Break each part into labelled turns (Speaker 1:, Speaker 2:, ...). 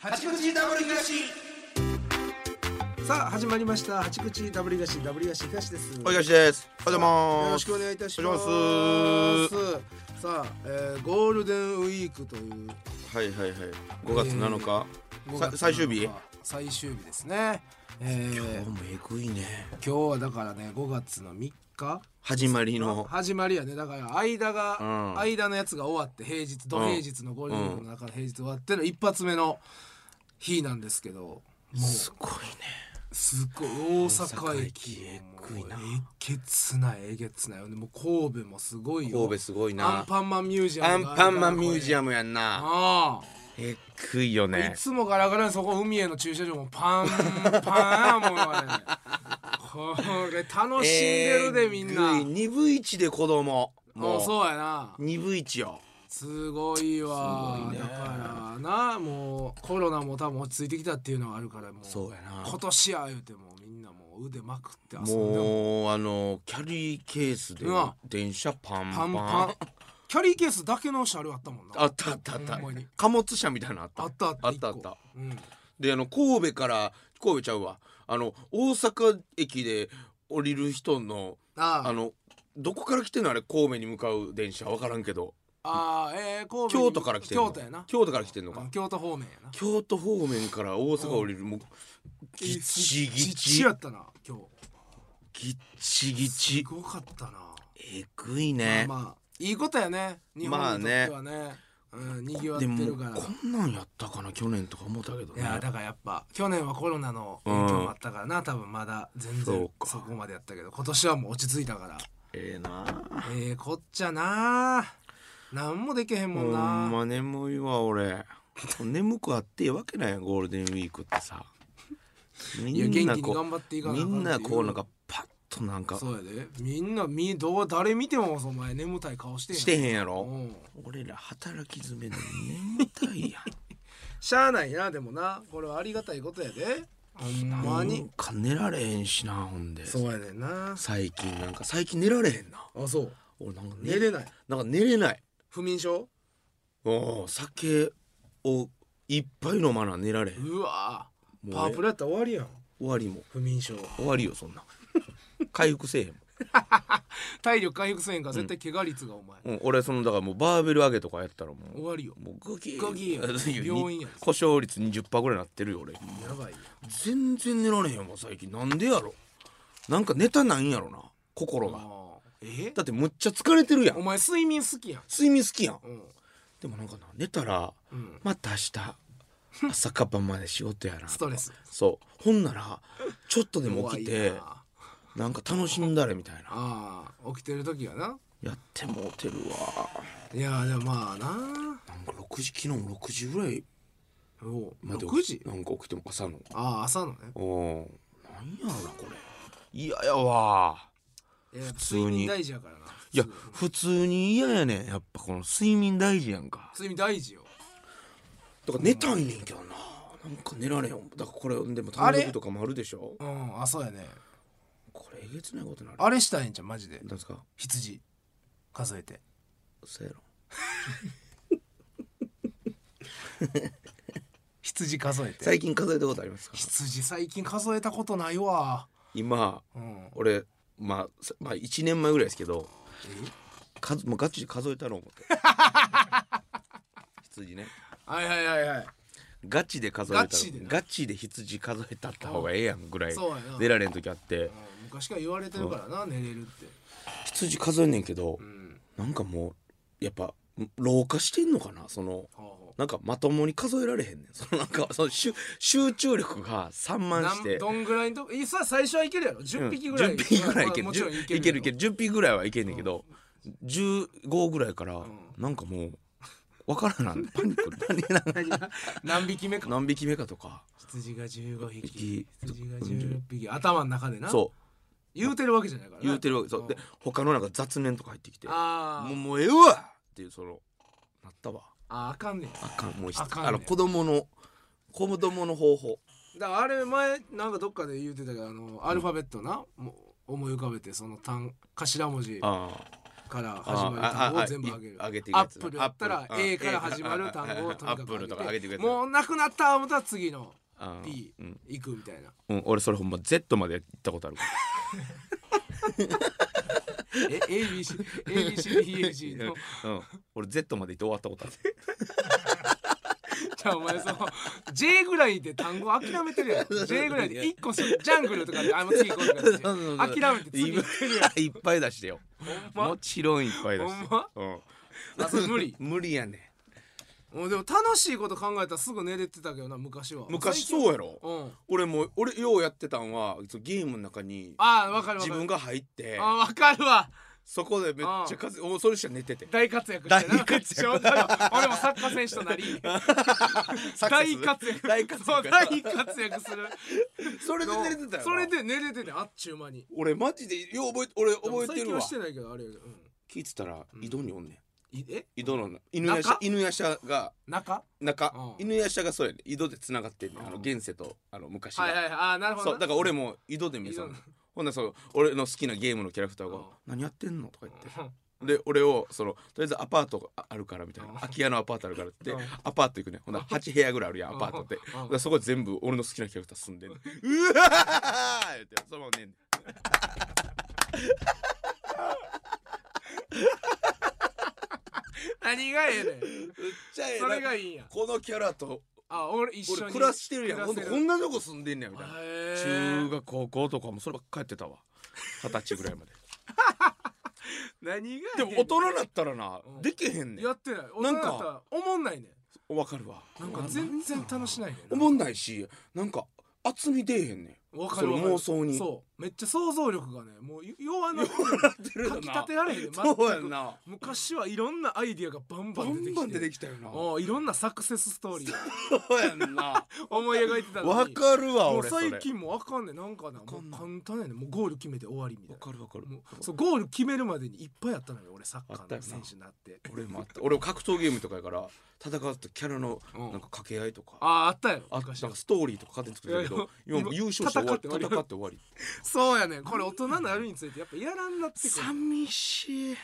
Speaker 1: 八口ダブル東
Speaker 2: さあ始まりました八口ダブリガシダブリガシ東です。
Speaker 1: おいがしですおはようござい
Speaker 2: よ
Speaker 1: ま
Speaker 2: ろし
Speaker 1: す
Speaker 2: くお願いいたし
Speaker 1: お願
Speaker 2: ま
Speaker 1: い
Speaker 2: す。
Speaker 1: し
Speaker 2: さあ、えーゴールデンウィークという
Speaker 1: はいはいはい5月7日、
Speaker 2: 5
Speaker 1: さ
Speaker 2: 月
Speaker 1: 最終日
Speaker 2: 7最終日ですね。えー
Speaker 1: もえぐいね
Speaker 2: 今日はだからね5月の3日
Speaker 1: 始まりの
Speaker 2: 始まりやねだから間が、
Speaker 1: うん
Speaker 2: 間のやつが終わって平日土平日のゴールデンウィークの中の平日終わっての一発目の日なんですけどもう
Speaker 1: すごいね
Speaker 2: すごい大阪駅も
Speaker 1: 大
Speaker 2: う
Speaker 1: 阪駅えぐいな
Speaker 2: えげつないえげつないでもう神戸もすごいよ
Speaker 1: 神戸すごい
Speaker 2: アン
Speaker 1: な
Speaker 2: パンマンミュージアム
Speaker 1: アン
Speaker 2: がある
Speaker 1: パンマンミュージ
Speaker 2: ム
Speaker 1: アムやん
Speaker 2: あ
Speaker 1: な
Speaker 2: あ
Speaker 1: えぐいよ
Speaker 2: い
Speaker 1: ね
Speaker 2: つもガラガラでそこ海への駐車場もパンパンやもうねこれ楽しんでるでみんな、
Speaker 1: えぐい二分一で子供
Speaker 2: もう
Speaker 1: も
Speaker 2: そうやな
Speaker 1: う二分一よ
Speaker 2: すごいわだからなもうコロナも多分落ち着いてきたっていうのはあるからもう
Speaker 1: そうやな
Speaker 2: 今年や言うてもうみんなもう腕まくって遊んでも
Speaker 1: もうあのキャリーケースで
Speaker 2: うわ
Speaker 1: 電車パンパ
Speaker 2: パ
Speaker 1: ン
Speaker 2: ンパンキャリーケースだけの車両あったもんな
Speaker 1: あったあったあっ
Speaker 2: ほんまに
Speaker 1: た貨物車みたいなのあった
Speaker 2: あったあった
Speaker 1: あったあ
Speaker 2: 一
Speaker 1: っ
Speaker 2: 個
Speaker 1: た
Speaker 2: うん
Speaker 1: であの神戸から神戸ちゃうわあの大阪駅で降りる人の
Speaker 2: あ
Speaker 1: あ
Speaker 2: の
Speaker 1: のどこから来てんのあれ神戸に向かう電車分からんけど
Speaker 2: あーえー、神戸に
Speaker 1: 京都から来てんの
Speaker 2: 京都やな
Speaker 1: 京都から来てんのか
Speaker 2: うん京都方面やな
Speaker 1: 京都方面から大阪降りるもうギチギ
Speaker 2: ぎっち
Speaker 1: チ
Speaker 2: やったな今
Speaker 1: ギチギ
Speaker 2: 日す
Speaker 1: チ
Speaker 2: ごかったな
Speaker 1: えぐいね
Speaker 2: まあいいことやね日本にとってはね,、うんにぎわっ
Speaker 1: で
Speaker 2: て
Speaker 1: も
Speaker 2: るから
Speaker 1: こんなんやったかな去年とか思ったけど
Speaker 2: い
Speaker 1: ね
Speaker 2: やだからやっぱ去年はコロナの影響もあったからな、多分まだ全
Speaker 1: そう
Speaker 2: 然
Speaker 1: か
Speaker 2: そこまでやったけど今年はもう落ち着いた から
Speaker 1: ええな
Speaker 2: ええこっちゃな何もできへんも
Speaker 1: ほ
Speaker 2: んな、
Speaker 1: んま眠いわ俺眠くあってええわけないやんゴールデンウィークってさみ
Speaker 2: いや
Speaker 1: ん
Speaker 2: 元
Speaker 1: な
Speaker 2: 気に
Speaker 1: こ
Speaker 2: 頑張っていうかな
Speaker 1: み
Speaker 2: あか
Speaker 1: ん
Speaker 2: ってい
Speaker 1: なこうなんかパッとなんか
Speaker 2: そうやでみんなみどう誰見てもお前眠たい顔してんやん
Speaker 1: してへんや
Speaker 2: う
Speaker 1: ろ
Speaker 2: ん
Speaker 1: 俺ら働き詰めで眠たいやん
Speaker 2: しゃあないなでもなこれはありがたいことやでほんま
Speaker 1: な
Speaker 2: に
Speaker 1: んか寝られへんしなほんで
Speaker 2: そうやねんな
Speaker 1: 最近なんか最近寝られへんな
Speaker 2: あそう
Speaker 1: 俺なんか
Speaker 2: 寝れ
Speaker 1: い
Speaker 2: ない
Speaker 1: なんか寝れない
Speaker 2: 不眠症
Speaker 1: お酒をいっぱい飲まな寝られへん
Speaker 2: うわ
Speaker 1: もう
Speaker 2: パワープロやったら終わりやん
Speaker 1: 終わりも
Speaker 2: 不眠症
Speaker 1: 終わりよそんな 回復せえへん
Speaker 2: 体力回復せんから絶対怪我率がお前、
Speaker 1: もん、うん、俺そのだからもうバーベル上げとかやったらもう
Speaker 2: 終わりよ
Speaker 1: もうゴキ
Speaker 2: ゴキ 病院や
Speaker 1: 故障率20%ぐらいなってるよ俺
Speaker 2: やばいよ
Speaker 1: 全然寝られへんわ最近なんでやろなんか寝たないんやろな心が
Speaker 2: あーえ
Speaker 1: だってむっちゃ疲れてるや
Speaker 2: お
Speaker 1: ん
Speaker 2: 前睡眠好きやん
Speaker 1: 睡眠好きやん
Speaker 2: うん、
Speaker 1: でもなんかな寝たら
Speaker 2: うん、
Speaker 1: また明日朝か晩まで仕事やな
Speaker 2: ストレス
Speaker 1: そうほんならちょっとでも起きて
Speaker 2: 怖いな
Speaker 1: なんか楽しんだれみたいな
Speaker 2: ああ起きてる時はな
Speaker 1: やってもうてるわ
Speaker 2: いやでもまあな
Speaker 1: なんか6時昨日も6時ぐらい
Speaker 2: お
Speaker 1: まで
Speaker 2: 6時
Speaker 1: なんか起きても朝の
Speaker 2: ああ朝のね
Speaker 1: おーなんやろなこれ嫌やわ
Speaker 2: いや
Speaker 1: 普通に
Speaker 2: 睡眠大事やからない
Speaker 1: や普通に嫌やねんやっぱこの睡眠大事やんか
Speaker 2: 睡眠大事よ
Speaker 1: だから寝たいねんけどななんか寝られへんだからこれでも
Speaker 2: あ
Speaker 1: 単
Speaker 2: れ
Speaker 1: 独とかもあるでしょ
Speaker 2: うんあそうやね
Speaker 1: これえげつないことになる
Speaker 2: あれしたいんじゃんマジで
Speaker 1: なんですか
Speaker 2: 羊数えて
Speaker 1: せやろ
Speaker 2: 羊数えて
Speaker 1: 最近数えたことありますか
Speaker 2: 羊最近数えたことないわ
Speaker 1: 今
Speaker 2: うん
Speaker 1: 俺まあさまあ1年前ぐらいですけど数もうガチで数えたろう思って 羊ね
Speaker 2: はいはいはいはい
Speaker 1: ガチで数えた
Speaker 2: ガ
Speaker 1: ろ
Speaker 2: チでな
Speaker 1: ガチで羊数えたった方がええやんぐらい
Speaker 2: そうやな
Speaker 1: 寝られん時あって
Speaker 2: うん昔から言われてるからな寝れるって
Speaker 1: 羊数えんねんけど
Speaker 2: うん
Speaker 1: なんかもうやっぱ老化してんのかなその
Speaker 2: ほうほ
Speaker 1: なんかまともに数えられへんねんそのなんかその集集中力が散
Speaker 2: う
Speaker 1: 漫
Speaker 2: な
Speaker 1: して
Speaker 2: んどんぐらいのとこいさ最初はいけるやろ10匹ぐらい、
Speaker 1: うん10匹ぐらいいける
Speaker 2: まあもちろんいける
Speaker 1: いけるいけ
Speaker 2: る
Speaker 1: る10匹ぐらいはいけんねんけど、15ぐらいから、なんかもうわからない パニック何
Speaker 2: 何匹目か
Speaker 1: 何匹目かとか
Speaker 2: 羊が15
Speaker 1: 匹
Speaker 2: 匹羊が16匹頭の中でな
Speaker 1: そう
Speaker 2: 言うてるわけじゃないからな
Speaker 1: 言うてるわけそう
Speaker 2: うん
Speaker 1: で他のなんか雑念とか入ってきても
Speaker 2: あ
Speaker 1: う
Speaker 2: ー
Speaker 1: もうええわっていうそのなったわ
Speaker 2: あーあかんねん
Speaker 1: あかんもうし
Speaker 2: あかんね
Speaker 1: あの子供の子供の方法
Speaker 2: だからあれ前なんかどっかで言うてたけどあのアルファベットな、もう思い浮かべてその単頭文字
Speaker 1: ああ
Speaker 2: から始まる単語を全部上げる
Speaker 1: あああい上げていく
Speaker 2: ア
Speaker 1: やつ
Speaker 2: ップルだったら
Speaker 1: アップル
Speaker 2: A から始まる単語をとに
Speaker 1: ア
Speaker 2: か
Speaker 1: ッ
Speaker 2: く
Speaker 1: プルとか
Speaker 2: 上
Speaker 1: 上
Speaker 2: げて
Speaker 1: げていくやつ
Speaker 2: もうなくなった思ったら次の
Speaker 1: あー
Speaker 2: B
Speaker 1: うん
Speaker 2: 行くみたいな
Speaker 1: うん、俺それほんま Z まで行ったことある から
Speaker 2: え ABCABCDEFG の
Speaker 1: うん、俺 Z まで行って終わっ たことある
Speaker 2: じゃあお前その J ぐらいで単語諦めてるやん J ぐらいで1個そうジャングルとかであもう次行こうとかって諦めて次行ってるやん
Speaker 1: いっぱい出して よ
Speaker 2: ほん
Speaker 1: もちろんいっぱい出して
Speaker 2: ほんま
Speaker 1: うん、
Speaker 2: まあそれ無理
Speaker 1: 無理やね
Speaker 2: もうでも楽しいこと考えたらすぐ寝れてたけどな昔は
Speaker 1: 昔
Speaker 2: 最近
Speaker 1: そうやろ
Speaker 2: うん
Speaker 1: 俺もう俺ようやってたんはそうゲームの中に
Speaker 2: ああわかるわ
Speaker 1: 自
Speaker 2: かる
Speaker 1: 分が入って
Speaker 2: あ分かるわ
Speaker 1: そこでめっちゃ風おそれしたら寝てて
Speaker 2: 大活躍してな
Speaker 1: 大活躍
Speaker 2: ちょうどよ俺もサッカー選手となり
Speaker 1: サク
Speaker 2: 大
Speaker 1: セス
Speaker 2: 活躍
Speaker 1: 大活
Speaker 2: そう
Speaker 1: 躍
Speaker 2: 大活躍する
Speaker 1: それで寝れてたよな
Speaker 2: それで寝れててあっちゅう間に
Speaker 1: 俺マジでよう覚えて俺覚えて
Speaker 2: 最
Speaker 1: る
Speaker 2: 近は
Speaker 1: わ
Speaker 2: してないけどあれやけどうん
Speaker 1: 聞いてたら井戸におんねん
Speaker 2: いえ
Speaker 1: 井戸の犬やし
Speaker 2: 中
Speaker 1: 犬やしゃが
Speaker 2: 中
Speaker 1: 中
Speaker 2: うん
Speaker 1: 犬やしゃがそうやね井戸でつながってんねんあの
Speaker 2: うん
Speaker 1: 現世とあの昔が
Speaker 2: はいはいはいああなるほど
Speaker 1: そう
Speaker 2: な
Speaker 1: だから俺も井戸で見せたの
Speaker 2: 井戸
Speaker 1: ほんならそう俺の好きなゲームのキャラクターが
Speaker 2: うん
Speaker 1: 「何やってんの?」とか言ってで俺をそのとりあえずアパートがああるからみたいな
Speaker 2: うん
Speaker 1: 空き家のアパートあるからって
Speaker 2: うん
Speaker 1: アパート行くねほんなら8部屋ぐらいあるやんアパートって
Speaker 2: うん
Speaker 1: だからそこ全部俺の好きなキャラクター住んでん ねんうわー言ってそのまま寝んねん
Speaker 2: 何がええねん
Speaker 1: めっちゃええ
Speaker 2: そ
Speaker 1: な
Speaker 2: れがいいんや
Speaker 1: このキャラと
Speaker 2: あ俺一緒
Speaker 1: 俺
Speaker 2: に
Speaker 1: 暮らしてるやんほ
Speaker 2: 暮
Speaker 1: んで
Speaker 2: らせ
Speaker 1: こんなとこ住んでんねんみたいな
Speaker 2: へー
Speaker 1: 中学高校とかもそればっかやって たわ二十歳ぐらいまで
Speaker 2: 何が
Speaker 1: で
Speaker 2: や
Speaker 1: も
Speaker 2: ねん
Speaker 1: 大人になったらな
Speaker 2: うん
Speaker 1: できへんね
Speaker 2: やってない大人だったらおもんないね
Speaker 1: んわかるわ
Speaker 2: なんか全然楽しないねん
Speaker 1: 思んないしなんか厚み出えへんねん
Speaker 2: わかるわかる
Speaker 1: その妄想に
Speaker 2: そうめっちゃ想像力がねもう弱な
Speaker 1: てるよな
Speaker 2: かき立てられへんねん
Speaker 1: そうやん
Speaker 2: 全く
Speaker 1: な
Speaker 2: 昔はいろんなアイディアがバンバ
Speaker 1: バ
Speaker 2: ン出て
Speaker 1: ン
Speaker 2: きて
Speaker 1: バン出てきたよなそ
Speaker 2: おういろんなサクセスストーリー
Speaker 1: うやんな
Speaker 2: 思い描いてたのに
Speaker 1: わかるわ
Speaker 2: もう
Speaker 1: 俺それ
Speaker 2: 最近もうあかんねんなんかな
Speaker 1: か
Speaker 2: もうん
Speaker 1: ない
Speaker 2: 簡単やねんもうゴール決めて終わりみたい
Speaker 1: わかるわかる
Speaker 2: なもうそうゴール決めるまでにいっぱいあったのよ俺サッカ
Speaker 1: あった
Speaker 2: ー
Speaker 1: よ
Speaker 2: の
Speaker 1: な
Speaker 2: 選手になって
Speaker 1: 俺もあった俺格闘ゲームとかやから戦うとキャラの
Speaker 2: うん
Speaker 1: なんか掛け合いとか
Speaker 2: あああったよ
Speaker 1: あなんか
Speaker 2: 昔は
Speaker 1: ストーリーとか勝手に作ってたけ
Speaker 2: いや
Speaker 1: ど今もう優勝して終わり
Speaker 2: 戦って終わり
Speaker 1: 戦って終わり
Speaker 2: そうやねんこれ大人になるについてやっぱやらんなってくる
Speaker 1: 寂しい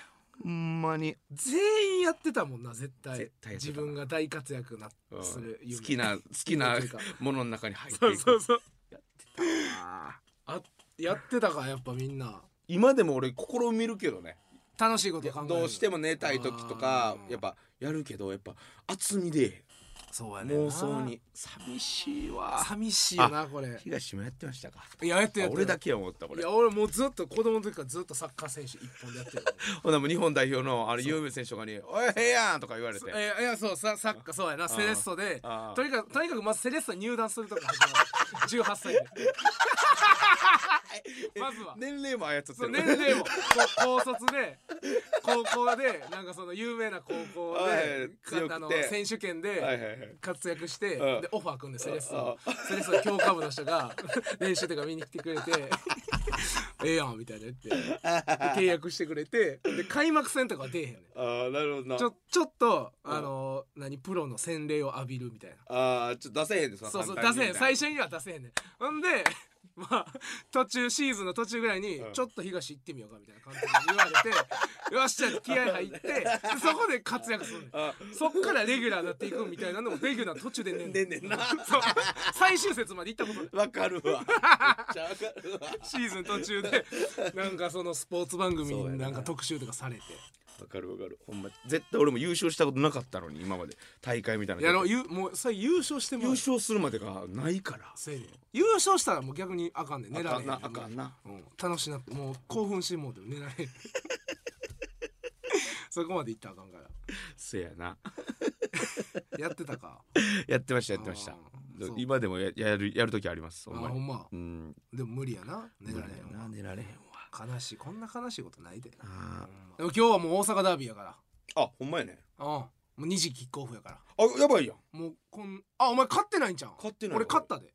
Speaker 1: ほんまに
Speaker 2: 全員やってたもんな絶対
Speaker 1: 絶対やってた
Speaker 2: 自
Speaker 1: な
Speaker 2: 分が大活躍な
Speaker 1: うん
Speaker 2: する夢
Speaker 1: 好 きな好きな
Speaker 2: 夢というか
Speaker 1: ものの中に入ってい
Speaker 2: そう
Speaker 1: く
Speaker 2: そうそう
Speaker 1: あー
Speaker 2: あやってたからやっぱみんな
Speaker 1: 今でも俺心を見るけどね
Speaker 2: 楽しいこと考える
Speaker 1: どうしても寝たい時とか
Speaker 2: あー
Speaker 1: やっぱやるけどやっぱ厚みで
Speaker 2: そうやねん
Speaker 1: 妄
Speaker 2: な
Speaker 1: 想に寂しいわ
Speaker 2: 寂しいよなこれ
Speaker 1: 東もやってましたか
Speaker 2: いややってや
Speaker 1: あ
Speaker 2: って
Speaker 1: 俺だけや思ったこ
Speaker 2: い
Speaker 1: れ
Speaker 2: や俺もうずっと子供の時からずっとサッカー選手一本でやってる
Speaker 1: ほなもう日本代表のあれ有名選手とかに「おいへえやん!」とか言われて
Speaker 2: えーいやそうササッカーそうやなセレッソで
Speaker 1: あー
Speaker 2: とにかくとにかくまずセレッソに入団するとこから 始まる18歳でまずは
Speaker 1: 年齢も操って
Speaker 2: そう
Speaker 1: る
Speaker 2: 年 齢もこ高卒で高校でなんかその有名な高校
Speaker 1: はい
Speaker 2: で
Speaker 1: 強くて
Speaker 2: かあの選手権
Speaker 1: はい
Speaker 2: で
Speaker 1: はいはい
Speaker 2: 活躍して、
Speaker 1: うん
Speaker 2: でオファー組んでセレッソのセレッソの強化部の人が 練習とか見に来てくれて ええやんみたいな言ってで契約してくれてで開幕戦とかは出えへんねん
Speaker 1: あーなるほどな
Speaker 2: ちょちょっと
Speaker 1: うん
Speaker 2: あの何プロの洗礼を浴びるみたいな
Speaker 1: あーちょっと出せへんで
Speaker 2: そうそう出せへん最
Speaker 1: 初
Speaker 2: 初には出せへんねんほんで まあ途中シーズンの途中ぐらいに、
Speaker 1: うん
Speaker 2: ちょっと東行ってみようかみたいな感じで言われ てよっしゃって気合入ってでそこで活躍するねん
Speaker 1: あ
Speaker 2: そっからレギュラーになっていくみたいなのもレギュラーの途中でねん
Speaker 1: でんねん な
Speaker 2: そう最終節まで行ったことない
Speaker 1: わかるわめっちゃわかるわ
Speaker 2: シーズン途中 でなんかそのスポーツ番組になんか特集とかされて
Speaker 1: わかるわかるほんま絶対俺も優勝したことなかったのに今まで大会みたいな
Speaker 2: やろうゆもうそれ優勝しても
Speaker 1: 優勝するまでがないから
Speaker 2: せいで優勝したらもう逆にあかんねん寝られへん
Speaker 1: あかんなあかんな
Speaker 2: うん、楽しなってもう興奮してもうて寝ら れへんそこまでいったらあかんから
Speaker 1: せやな
Speaker 2: やってたか
Speaker 1: やってましたやってました
Speaker 2: あーそう
Speaker 1: 今でもややるやる時あります
Speaker 2: あ
Speaker 1: ほんまに
Speaker 2: ほんま
Speaker 1: うん
Speaker 2: でも無理やな寝られへんわ
Speaker 1: 寝られへんわ
Speaker 2: 悲しいこんな悲しいことないで
Speaker 1: あ
Speaker 2: でも今日はもう大阪ダービーやから
Speaker 1: ーあほんまやね
Speaker 2: うんもう2時キックオフやから
Speaker 1: あやばいやん
Speaker 2: もうこんあお前勝ってないんじゃん
Speaker 1: 勝ってない
Speaker 2: 俺勝ったで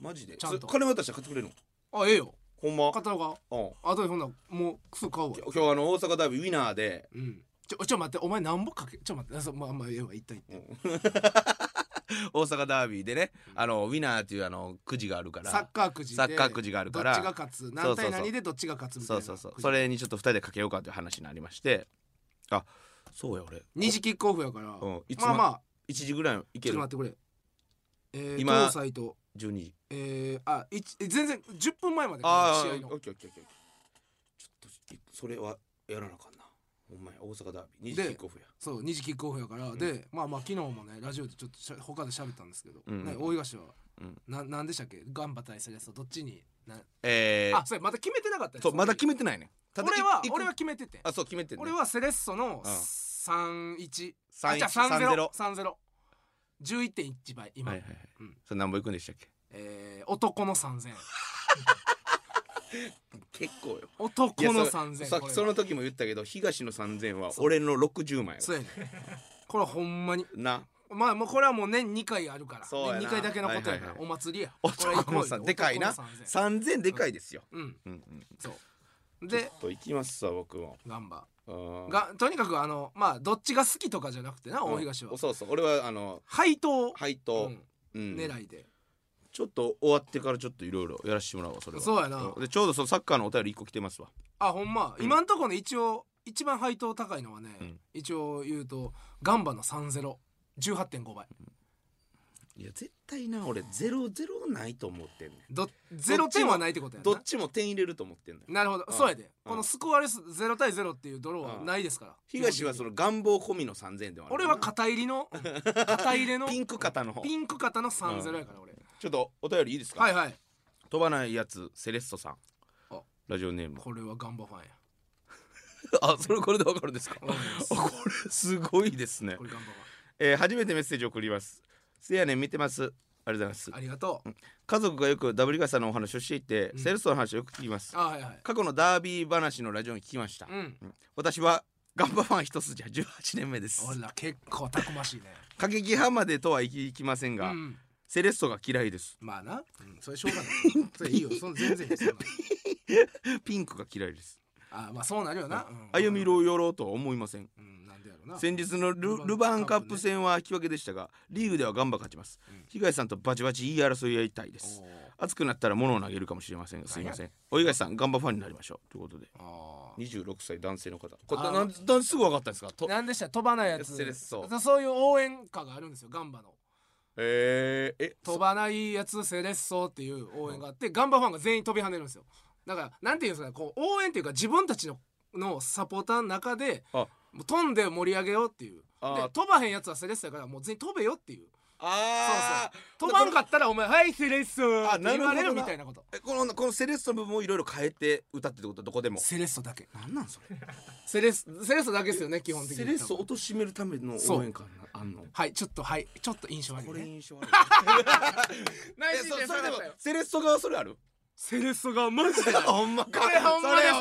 Speaker 1: マジで
Speaker 2: ちゃんと
Speaker 1: それ金渡したら買ってくれるの
Speaker 2: あええよ
Speaker 1: ほんま
Speaker 2: 勝ったのか
Speaker 1: うん
Speaker 2: あとでほんならもうクソ買おうわ
Speaker 1: 今日今日あの大阪ダービーウィナーで
Speaker 2: うんちょちょ待ってお前なんぼかけちょ待ってあそうまあまあええわ一旦
Speaker 1: うん大阪ダービーでねあのウィナーっていうあのくじがあるから
Speaker 2: サッカーくじで
Speaker 1: サッカーくじがあるから
Speaker 2: どっちが勝つ何対何でどっちが勝つみたい
Speaker 1: そう
Speaker 2: な
Speaker 1: そうそう
Speaker 2: くじ
Speaker 1: それにちょっと2人でかけようかという話になりましてあそうや俺
Speaker 2: 二次キックオフやから、
Speaker 1: うんいつ
Speaker 2: まあまあ
Speaker 1: 1時ぐらいい
Speaker 2: ち
Speaker 1: け
Speaker 2: ょっ
Speaker 1: る
Speaker 2: と待ってくれ、えー、
Speaker 1: 今
Speaker 2: 東西と
Speaker 1: 12時
Speaker 2: えー、あいちえ全然10分前まで
Speaker 1: ああ
Speaker 2: 試合の
Speaker 1: オッケーオッケーオッケーオッケーちょっとそれはやらなあかんなほんまや大阪ダービー2
Speaker 2: で
Speaker 1: 時キックオフや
Speaker 2: そう二次キックオフやから、でまあまあ昨日もねラジオでちょっとしゃ他で喋ったんですけど、
Speaker 1: うんうん
Speaker 2: ね、大東は、
Speaker 1: うん
Speaker 2: ななんでしたっけガンバ対セレッソどっちにな
Speaker 1: え
Speaker 2: あそれまだ決めてなかったよ
Speaker 1: そう
Speaker 2: の時
Speaker 1: まだ決めてないねただ
Speaker 2: 俺はい
Speaker 1: いく
Speaker 2: 俺は決めてて
Speaker 1: あそう決めてんね
Speaker 2: 俺はセレッソの31、
Speaker 1: ん
Speaker 2: あ
Speaker 1: 3
Speaker 2: じゃあ
Speaker 1: 0
Speaker 2: 3030 11.1倍今、
Speaker 1: はいはいはい
Speaker 2: うん
Speaker 1: それ何本いくんでしたっけ
Speaker 2: えー男の3000
Speaker 1: 結構よ
Speaker 2: 男の
Speaker 1: いや
Speaker 2: 3000
Speaker 1: そさっ
Speaker 2: こ
Speaker 1: き
Speaker 2: れ
Speaker 1: その時も言ったけど東の3000は
Speaker 2: そう
Speaker 1: 俺の60万や
Speaker 2: そうやねこれはほんまに
Speaker 1: な
Speaker 2: まあもうこれはもう年2回あるから
Speaker 1: そうやな
Speaker 2: 年2回だけのことやから、
Speaker 1: はいはいはい
Speaker 2: お祭りや
Speaker 1: 男の
Speaker 2: これ行こう
Speaker 1: 3
Speaker 2: よ
Speaker 1: でかいな
Speaker 2: 男の3000
Speaker 1: 3000でかいですよ
Speaker 2: うん
Speaker 1: うんうん
Speaker 2: そうで
Speaker 1: と行きますわ僕も
Speaker 2: ガンバ
Speaker 1: あー
Speaker 2: がとにかくあのまあどっちが好きとかじゃなくてな
Speaker 1: うん
Speaker 2: 大東は
Speaker 1: そうそう俺はあの
Speaker 2: 配当、
Speaker 1: 配
Speaker 2: う
Speaker 1: 当
Speaker 2: ん
Speaker 1: うん
Speaker 2: 狙いで、
Speaker 1: ちょっと終わってからちょっといろいろやらしてもらおうわそれは
Speaker 2: そうやな
Speaker 1: でちょうどそのサッカーのお便り1個来てますわ
Speaker 2: あほんま、
Speaker 1: うん
Speaker 2: 今んところね一応一番配当高いのはね、
Speaker 1: うん
Speaker 2: 一応言うとガンバの3-0 18.5倍
Speaker 1: いや絶対な俺00ないと思ってんねん
Speaker 2: ど0点はないってことやん
Speaker 1: どっ
Speaker 2: な
Speaker 1: ちも点入れると思ってんのよ
Speaker 2: なるほど、
Speaker 1: うん
Speaker 2: そうやで、
Speaker 1: うん
Speaker 2: このスコアレス0対0っていうドローはないですから、
Speaker 1: 東はその願望込みの3000円ではある
Speaker 2: 俺は肩入りの 肩入れの
Speaker 1: ピンク肩の方
Speaker 2: ピンク型の3-0やから俺、
Speaker 1: ちょっとお便りいいですか、
Speaker 2: はいはい
Speaker 1: 飛ばないやつセレッソさん
Speaker 2: あ
Speaker 1: ラジオネー ム
Speaker 2: これはガンバファン や
Speaker 1: あそれこれでわかるんですか
Speaker 2: わかります
Speaker 1: あ これすごいですね
Speaker 2: こ、れガンバファン
Speaker 1: えー初めてメッセージ送りますせやねん見てますありがとうございま
Speaker 2: あ
Speaker 1: す
Speaker 2: りがとう。
Speaker 1: 家族がよくダブリガサのお話をしていて、
Speaker 2: うん
Speaker 1: セレッソの話をよく聞きます
Speaker 2: あはいはい。
Speaker 1: 過去のダービー話のラジオに聞きました、
Speaker 2: うん。
Speaker 1: 私はガンバファン一筋は18年目です
Speaker 2: ほら結構たくましいね。
Speaker 1: 過激派までとはいきません
Speaker 2: う
Speaker 1: が、
Speaker 2: ん。
Speaker 1: セレッソが嫌いです
Speaker 2: まあな。うん、それしょう がない。それいいよ。その全然いいよ。そんな
Speaker 1: ピンクが嫌いです
Speaker 2: あまあそうなるよな。うん
Speaker 1: 歩み。ろよろうとは思いません
Speaker 2: うん。なんでやろうな。
Speaker 1: 先日のルル
Speaker 2: ルヴ
Speaker 1: バ
Speaker 2: ァ
Speaker 1: ン
Speaker 2: ン
Speaker 1: カ
Speaker 2: カ
Speaker 1: ッ
Speaker 2: ップね
Speaker 1: プ戦は引き分けでしたがリーグではガンバ勝ちます、
Speaker 2: うん
Speaker 1: 東さんとバチバチ言い争い合いたいで
Speaker 2: お
Speaker 1: す
Speaker 2: ー
Speaker 1: 熱くなったら物を投げるかもしれませんがすいませんお東さんガンバファンになりましょうということで
Speaker 2: あ
Speaker 1: 26歳男性の方これ
Speaker 2: あー
Speaker 1: なんなんすぐ分かったんですか
Speaker 2: ー。
Speaker 1: と
Speaker 2: なんでした飛ばないやつ
Speaker 1: セレッソ
Speaker 2: そういう応援歌があるんですよガンバの
Speaker 1: えー、え
Speaker 2: 飛ばないやつセレッソっていう応援があってガンバファンが全員飛び跳ねるんですよだからなんていうんですかねこう応援っていうか自分たちののサポーターの中で
Speaker 1: あ
Speaker 2: もう飛んで盛り上げようっていう
Speaker 1: あー
Speaker 2: で飛ばへんやつはセレッソやからもう全員飛べよっていう
Speaker 1: あー
Speaker 2: 飛ばんかったらお前「はいセレッソ」
Speaker 1: あ
Speaker 2: って
Speaker 1: なる
Speaker 2: 言
Speaker 1: ほどな
Speaker 2: われるみたいなこと
Speaker 1: えこのこのセレッソの部分をいろいろ変えて歌ってってことどこでも
Speaker 2: セレッソだけ
Speaker 1: なんなん それ
Speaker 2: セレッソセレッソだけですよね基本的に
Speaker 1: セレッソを貶めるための応援歌なあんの
Speaker 2: はいちょっとはいちょっと印象悪い
Speaker 1: これ
Speaker 2: ね
Speaker 1: 印象悪い
Speaker 2: 内
Speaker 1: え
Speaker 2: 心点
Speaker 1: そそ
Speaker 2: 下
Speaker 1: れで
Speaker 2: が
Speaker 1: も
Speaker 2: ったよ
Speaker 1: セレッソ側それある
Speaker 2: セレッソがマジで
Speaker 1: ほんまか
Speaker 2: これほんまです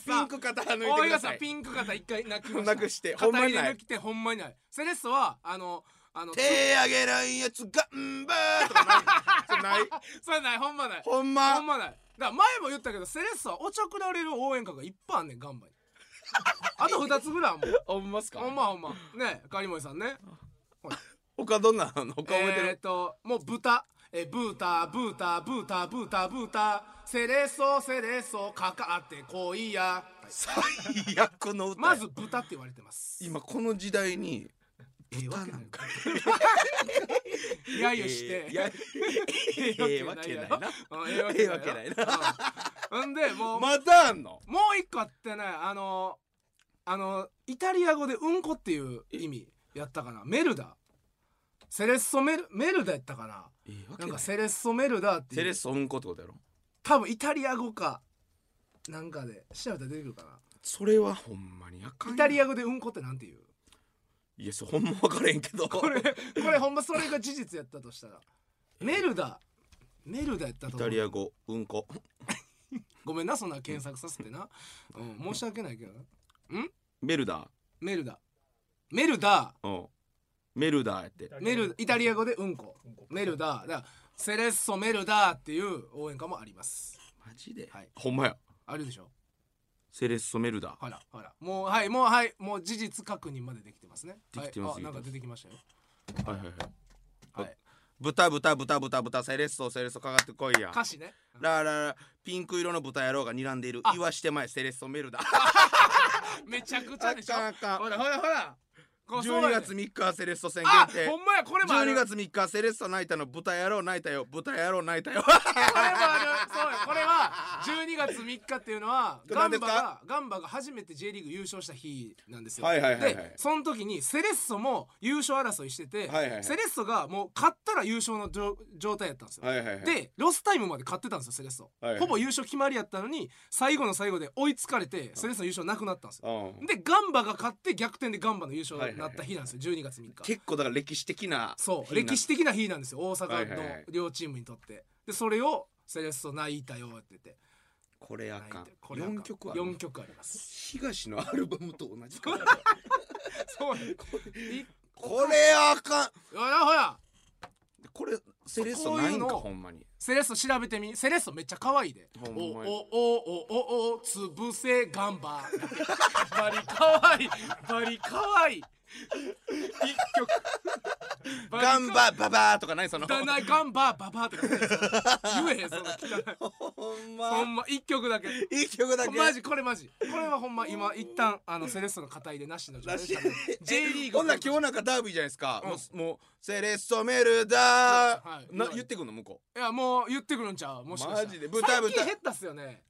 Speaker 1: それお
Speaker 2: 大東さん
Speaker 1: 前ピンク肩抜いて
Speaker 2: 大
Speaker 1: くだ
Speaker 2: 東
Speaker 1: さ
Speaker 2: さん
Speaker 1: い
Speaker 2: ピンク肩一回なく
Speaker 1: なくしてほ
Speaker 2: 肩
Speaker 1: んま
Speaker 2: 入
Speaker 1: に
Speaker 2: れ
Speaker 1: ない
Speaker 2: 抜きてほんまにないセレッソはあのあの
Speaker 1: 手上げないやつがんばーとか ないそれない
Speaker 2: それないほんまない
Speaker 1: ほん
Speaker 2: ほ
Speaker 1: ま
Speaker 2: んまないだから前も言ったけどセレッソはおちょくられる応援歌がいっぱいあんねんガンバ にあと2つぐらいあんもん
Speaker 1: ほんますか
Speaker 2: ほんまほんまねえ狩森さんね
Speaker 1: 他どんなの他覚えて
Speaker 2: えーっ
Speaker 1: る
Speaker 2: ともう豚えーブータブータブータブータブータセレソセレソかかってこいや、はい
Speaker 1: 最悪の歌や
Speaker 2: まず豚って言われてます
Speaker 1: 今この時代に
Speaker 2: ええわ
Speaker 1: 歌
Speaker 2: け
Speaker 1: な
Speaker 2: ない
Speaker 1: んか
Speaker 2: 揶揄して
Speaker 1: えーいやええわけないな
Speaker 2: うんええわけな
Speaker 1: ええ
Speaker 2: い
Speaker 1: わ
Speaker 2: なうんほんでもう、
Speaker 1: まだあんの
Speaker 2: もう一個あってねあのあのイタリア語でうんこっていう意味やったかなメルダセレッソメルメルダやったかな
Speaker 1: ええわ
Speaker 2: な
Speaker 1: け
Speaker 2: ん
Speaker 1: な
Speaker 2: か
Speaker 1: い
Speaker 2: セレッソメルダっていう
Speaker 1: セレッソうんこってことやろ
Speaker 2: 多分イタリア語かなんかで調べたら出てくるかな
Speaker 1: それはほんまにあかん
Speaker 2: イタリ
Speaker 1: ア
Speaker 2: ア語でうんこってなんていう
Speaker 1: いやそれほんま分からへんけど
Speaker 2: これこれほんまそれが事実やったとしたらメルダメルダやった
Speaker 1: イ
Speaker 2: と思
Speaker 1: タリ
Speaker 2: う
Speaker 1: ア語うんこ
Speaker 2: ごめんなそんな検索させてな、うん、申し訳ないけどな
Speaker 1: メルダ
Speaker 2: メルダメルダ
Speaker 1: ーうんメルダーやって
Speaker 2: メルイタリア語でうんこメルダだからセレッソメルダっていう応援歌もあります
Speaker 1: マジで、
Speaker 2: はい
Speaker 1: ほんまや
Speaker 2: あるでしょ
Speaker 1: セレッソメルダー
Speaker 2: ほらほらもうはいもうはいもう事実確認までできてますね
Speaker 1: できてます
Speaker 2: はい、あなんか出てきましたよ
Speaker 1: はいはいはい
Speaker 2: はい
Speaker 1: 豚豚豚豚豚セレッソセレッソかかってこいや
Speaker 2: 歌詞ね
Speaker 1: ラララピンク色の豚野郎が睨んでいる
Speaker 2: あ
Speaker 1: 言わしてまえセレッソメルダ
Speaker 2: めちゃくち
Speaker 1: あ
Speaker 2: ゃでしょ
Speaker 1: かんあかん
Speaker 2: ほらほらほらこうそうや
Speaker 1: 12
Speaker 2: ねん
Speaker 1: 月3日はセレッソ戦限
Speaker 2: あ
Speaker 1: 定
Speaker 2: ほんまやこれもある
Speaker 1: 12月3日はセレッソ泣いたの豚野郎泣いたよ豚野郎泣いたよ
Speaker 2: これもあるそうやこれは12月3日っていうのは
Speaker 1: これ
Speaker 2: ガン
Speaker 1: 何で
Speaker 2: バ
Speaker 1: すか
Speaker 2: がガンバが初めて J リーグ優勝した日なんですよ、
Speaker 1: はいはいはいはい
Speaker 2: でその時にセレッソも優勝争いしてて、
Speaker 1: はいはいはい
Speaker 2: セレッソがもう勝ったら優勝の状状態やったんですよ、
Speaker 1: はいはいはい
Speaker 2: でロスタイムまで勝ってたんですよセレッソ、
Speaker 1: はいはい
Speaker 2: ほぼ優勝決まりやったのに最後の最後で追いつかれてセレッソの優勝なくなったんですよ
Speaker 1: うん
Speaker 2: でガンバが勝って逆転でガンバの優勝になった日なんですよ12月3日
Speaker 1: 結構だから歴史的な
Speaker 2: そう歴史的な日なんですよ大
Speaker 1: はい
Speaker 2: 阪
Speaker 1: はい
Speaker 2: の
Speaker 1: はい
Speaker 2: 両チームにとってでそれをセレッソ泣いたよって言って
Speaker 1: これあか
Speaker 2: 泣いて
Speaker 1: ん4曲ある
Speaker 2: 4曲あります
Speaker 1: 東のアルバムと同じか
Speaker 2: そうい
Speaker 1: これあかん
Speaker 2: ほらほら
Speaker 1: これセレッソないんか
Speaker 2: こういうの
Speaker 1: ほんまに
Speaker 2: セレッソ調べてみセレッソめっちゃ可愛いで
Speaker 1: ほん
Speaker 2: お
Speaker 1: ま
Speaker 2: お
Speaker 1: や
Speaker 2: おおおおつぶせガンババリ可愛いバリ可愛い一曲バリ可
Speaker 1: ガ
Speaker 2: 愛い
Speaker 1: ンバババーとかないその
Speaker 2: だなガンバババって言えへんその汚い
Speaker 1: ほん
Speaker 2: ほ
Speaker 1: ま
Speaker 2: んま一曲だけ
Speaker 1: いい曲だけ
Speaker 2: マジこれマジこれはほんま今一旦あのセレッソの硬いでなしの状態
Speaker 1: ら
Speaker 2: で
Speaker 1: しい
Speaker 2: したね J リーグ
Speaker 1: ほんなら今日なんかダービーじゃないですか、
Speaker 2: うん
Speaker 1: もうもうセレッソメルダー、
Speaker 2: はい
Speaker 1: な言ってくんの向こ
Speaker 2: いやもう言ってくるんちゃうもしかしたら
Speaker 1: マジで豚
Speaker 2: 最
Speaker 1: 豚
Speaker 2: 近減ったっすよね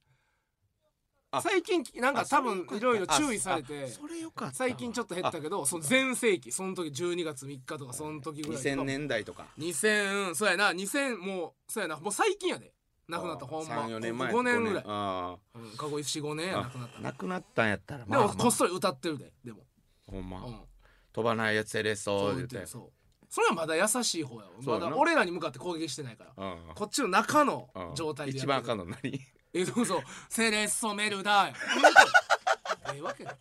Speaker 1: あ
Speaker 2: 最近なん
Speaker 1: う
Speaker 2: か多分いろいろ注意されて
Speaker 1: あそれよかった
Speaker 2: 最近ちょっと減ったけどその全盛期その時12月3日とかその時ぐらいとか
Speaker 1: 2000年代とか
Speaker 2: 2000そうやな2000もうそうやなもう最近やで亡くなったほんま
Speaker 1: 34年前
Speaker 2: 5年ぐらい
Speaker 1: あ
Speaker 2: うん過去45年や
Speaker 1: あ
Speaker 2: 亡くなった
Speaker 1: 亡
Speaker 2: の
Speaker 1: くなったんやったら
Speaker 2: で
Speaker 1: まあ、
Speaker 2: も
Speaker 1: まあ、
Speaker 2: こっそり歌ってるででも
Speaker 1: ほんま、
Speaker 2: うん
Speaker 1: 飛ばないやつセレッソ
Speaker 2: そう
Speaker 1: 言
Speaker 2: 言っ
Speaker 1: う
Speaker 2: て
Speaker 1: て
Speaker 2: るそうそれはまだ優しい方やわ
Speaker 1: そうやな
Speaker 2: まだ俺らに向かって攻撃してないから
Speaker 1: うん
Speaker 2: こっちの中の
Speaker 1: うん
Speaker 2: 状態でやって
Speaker 1: 一
Speaker 2: る
Speaker 1: 番あかんの何
Speaker 2: えそうそうセレッソメルダーやええわけない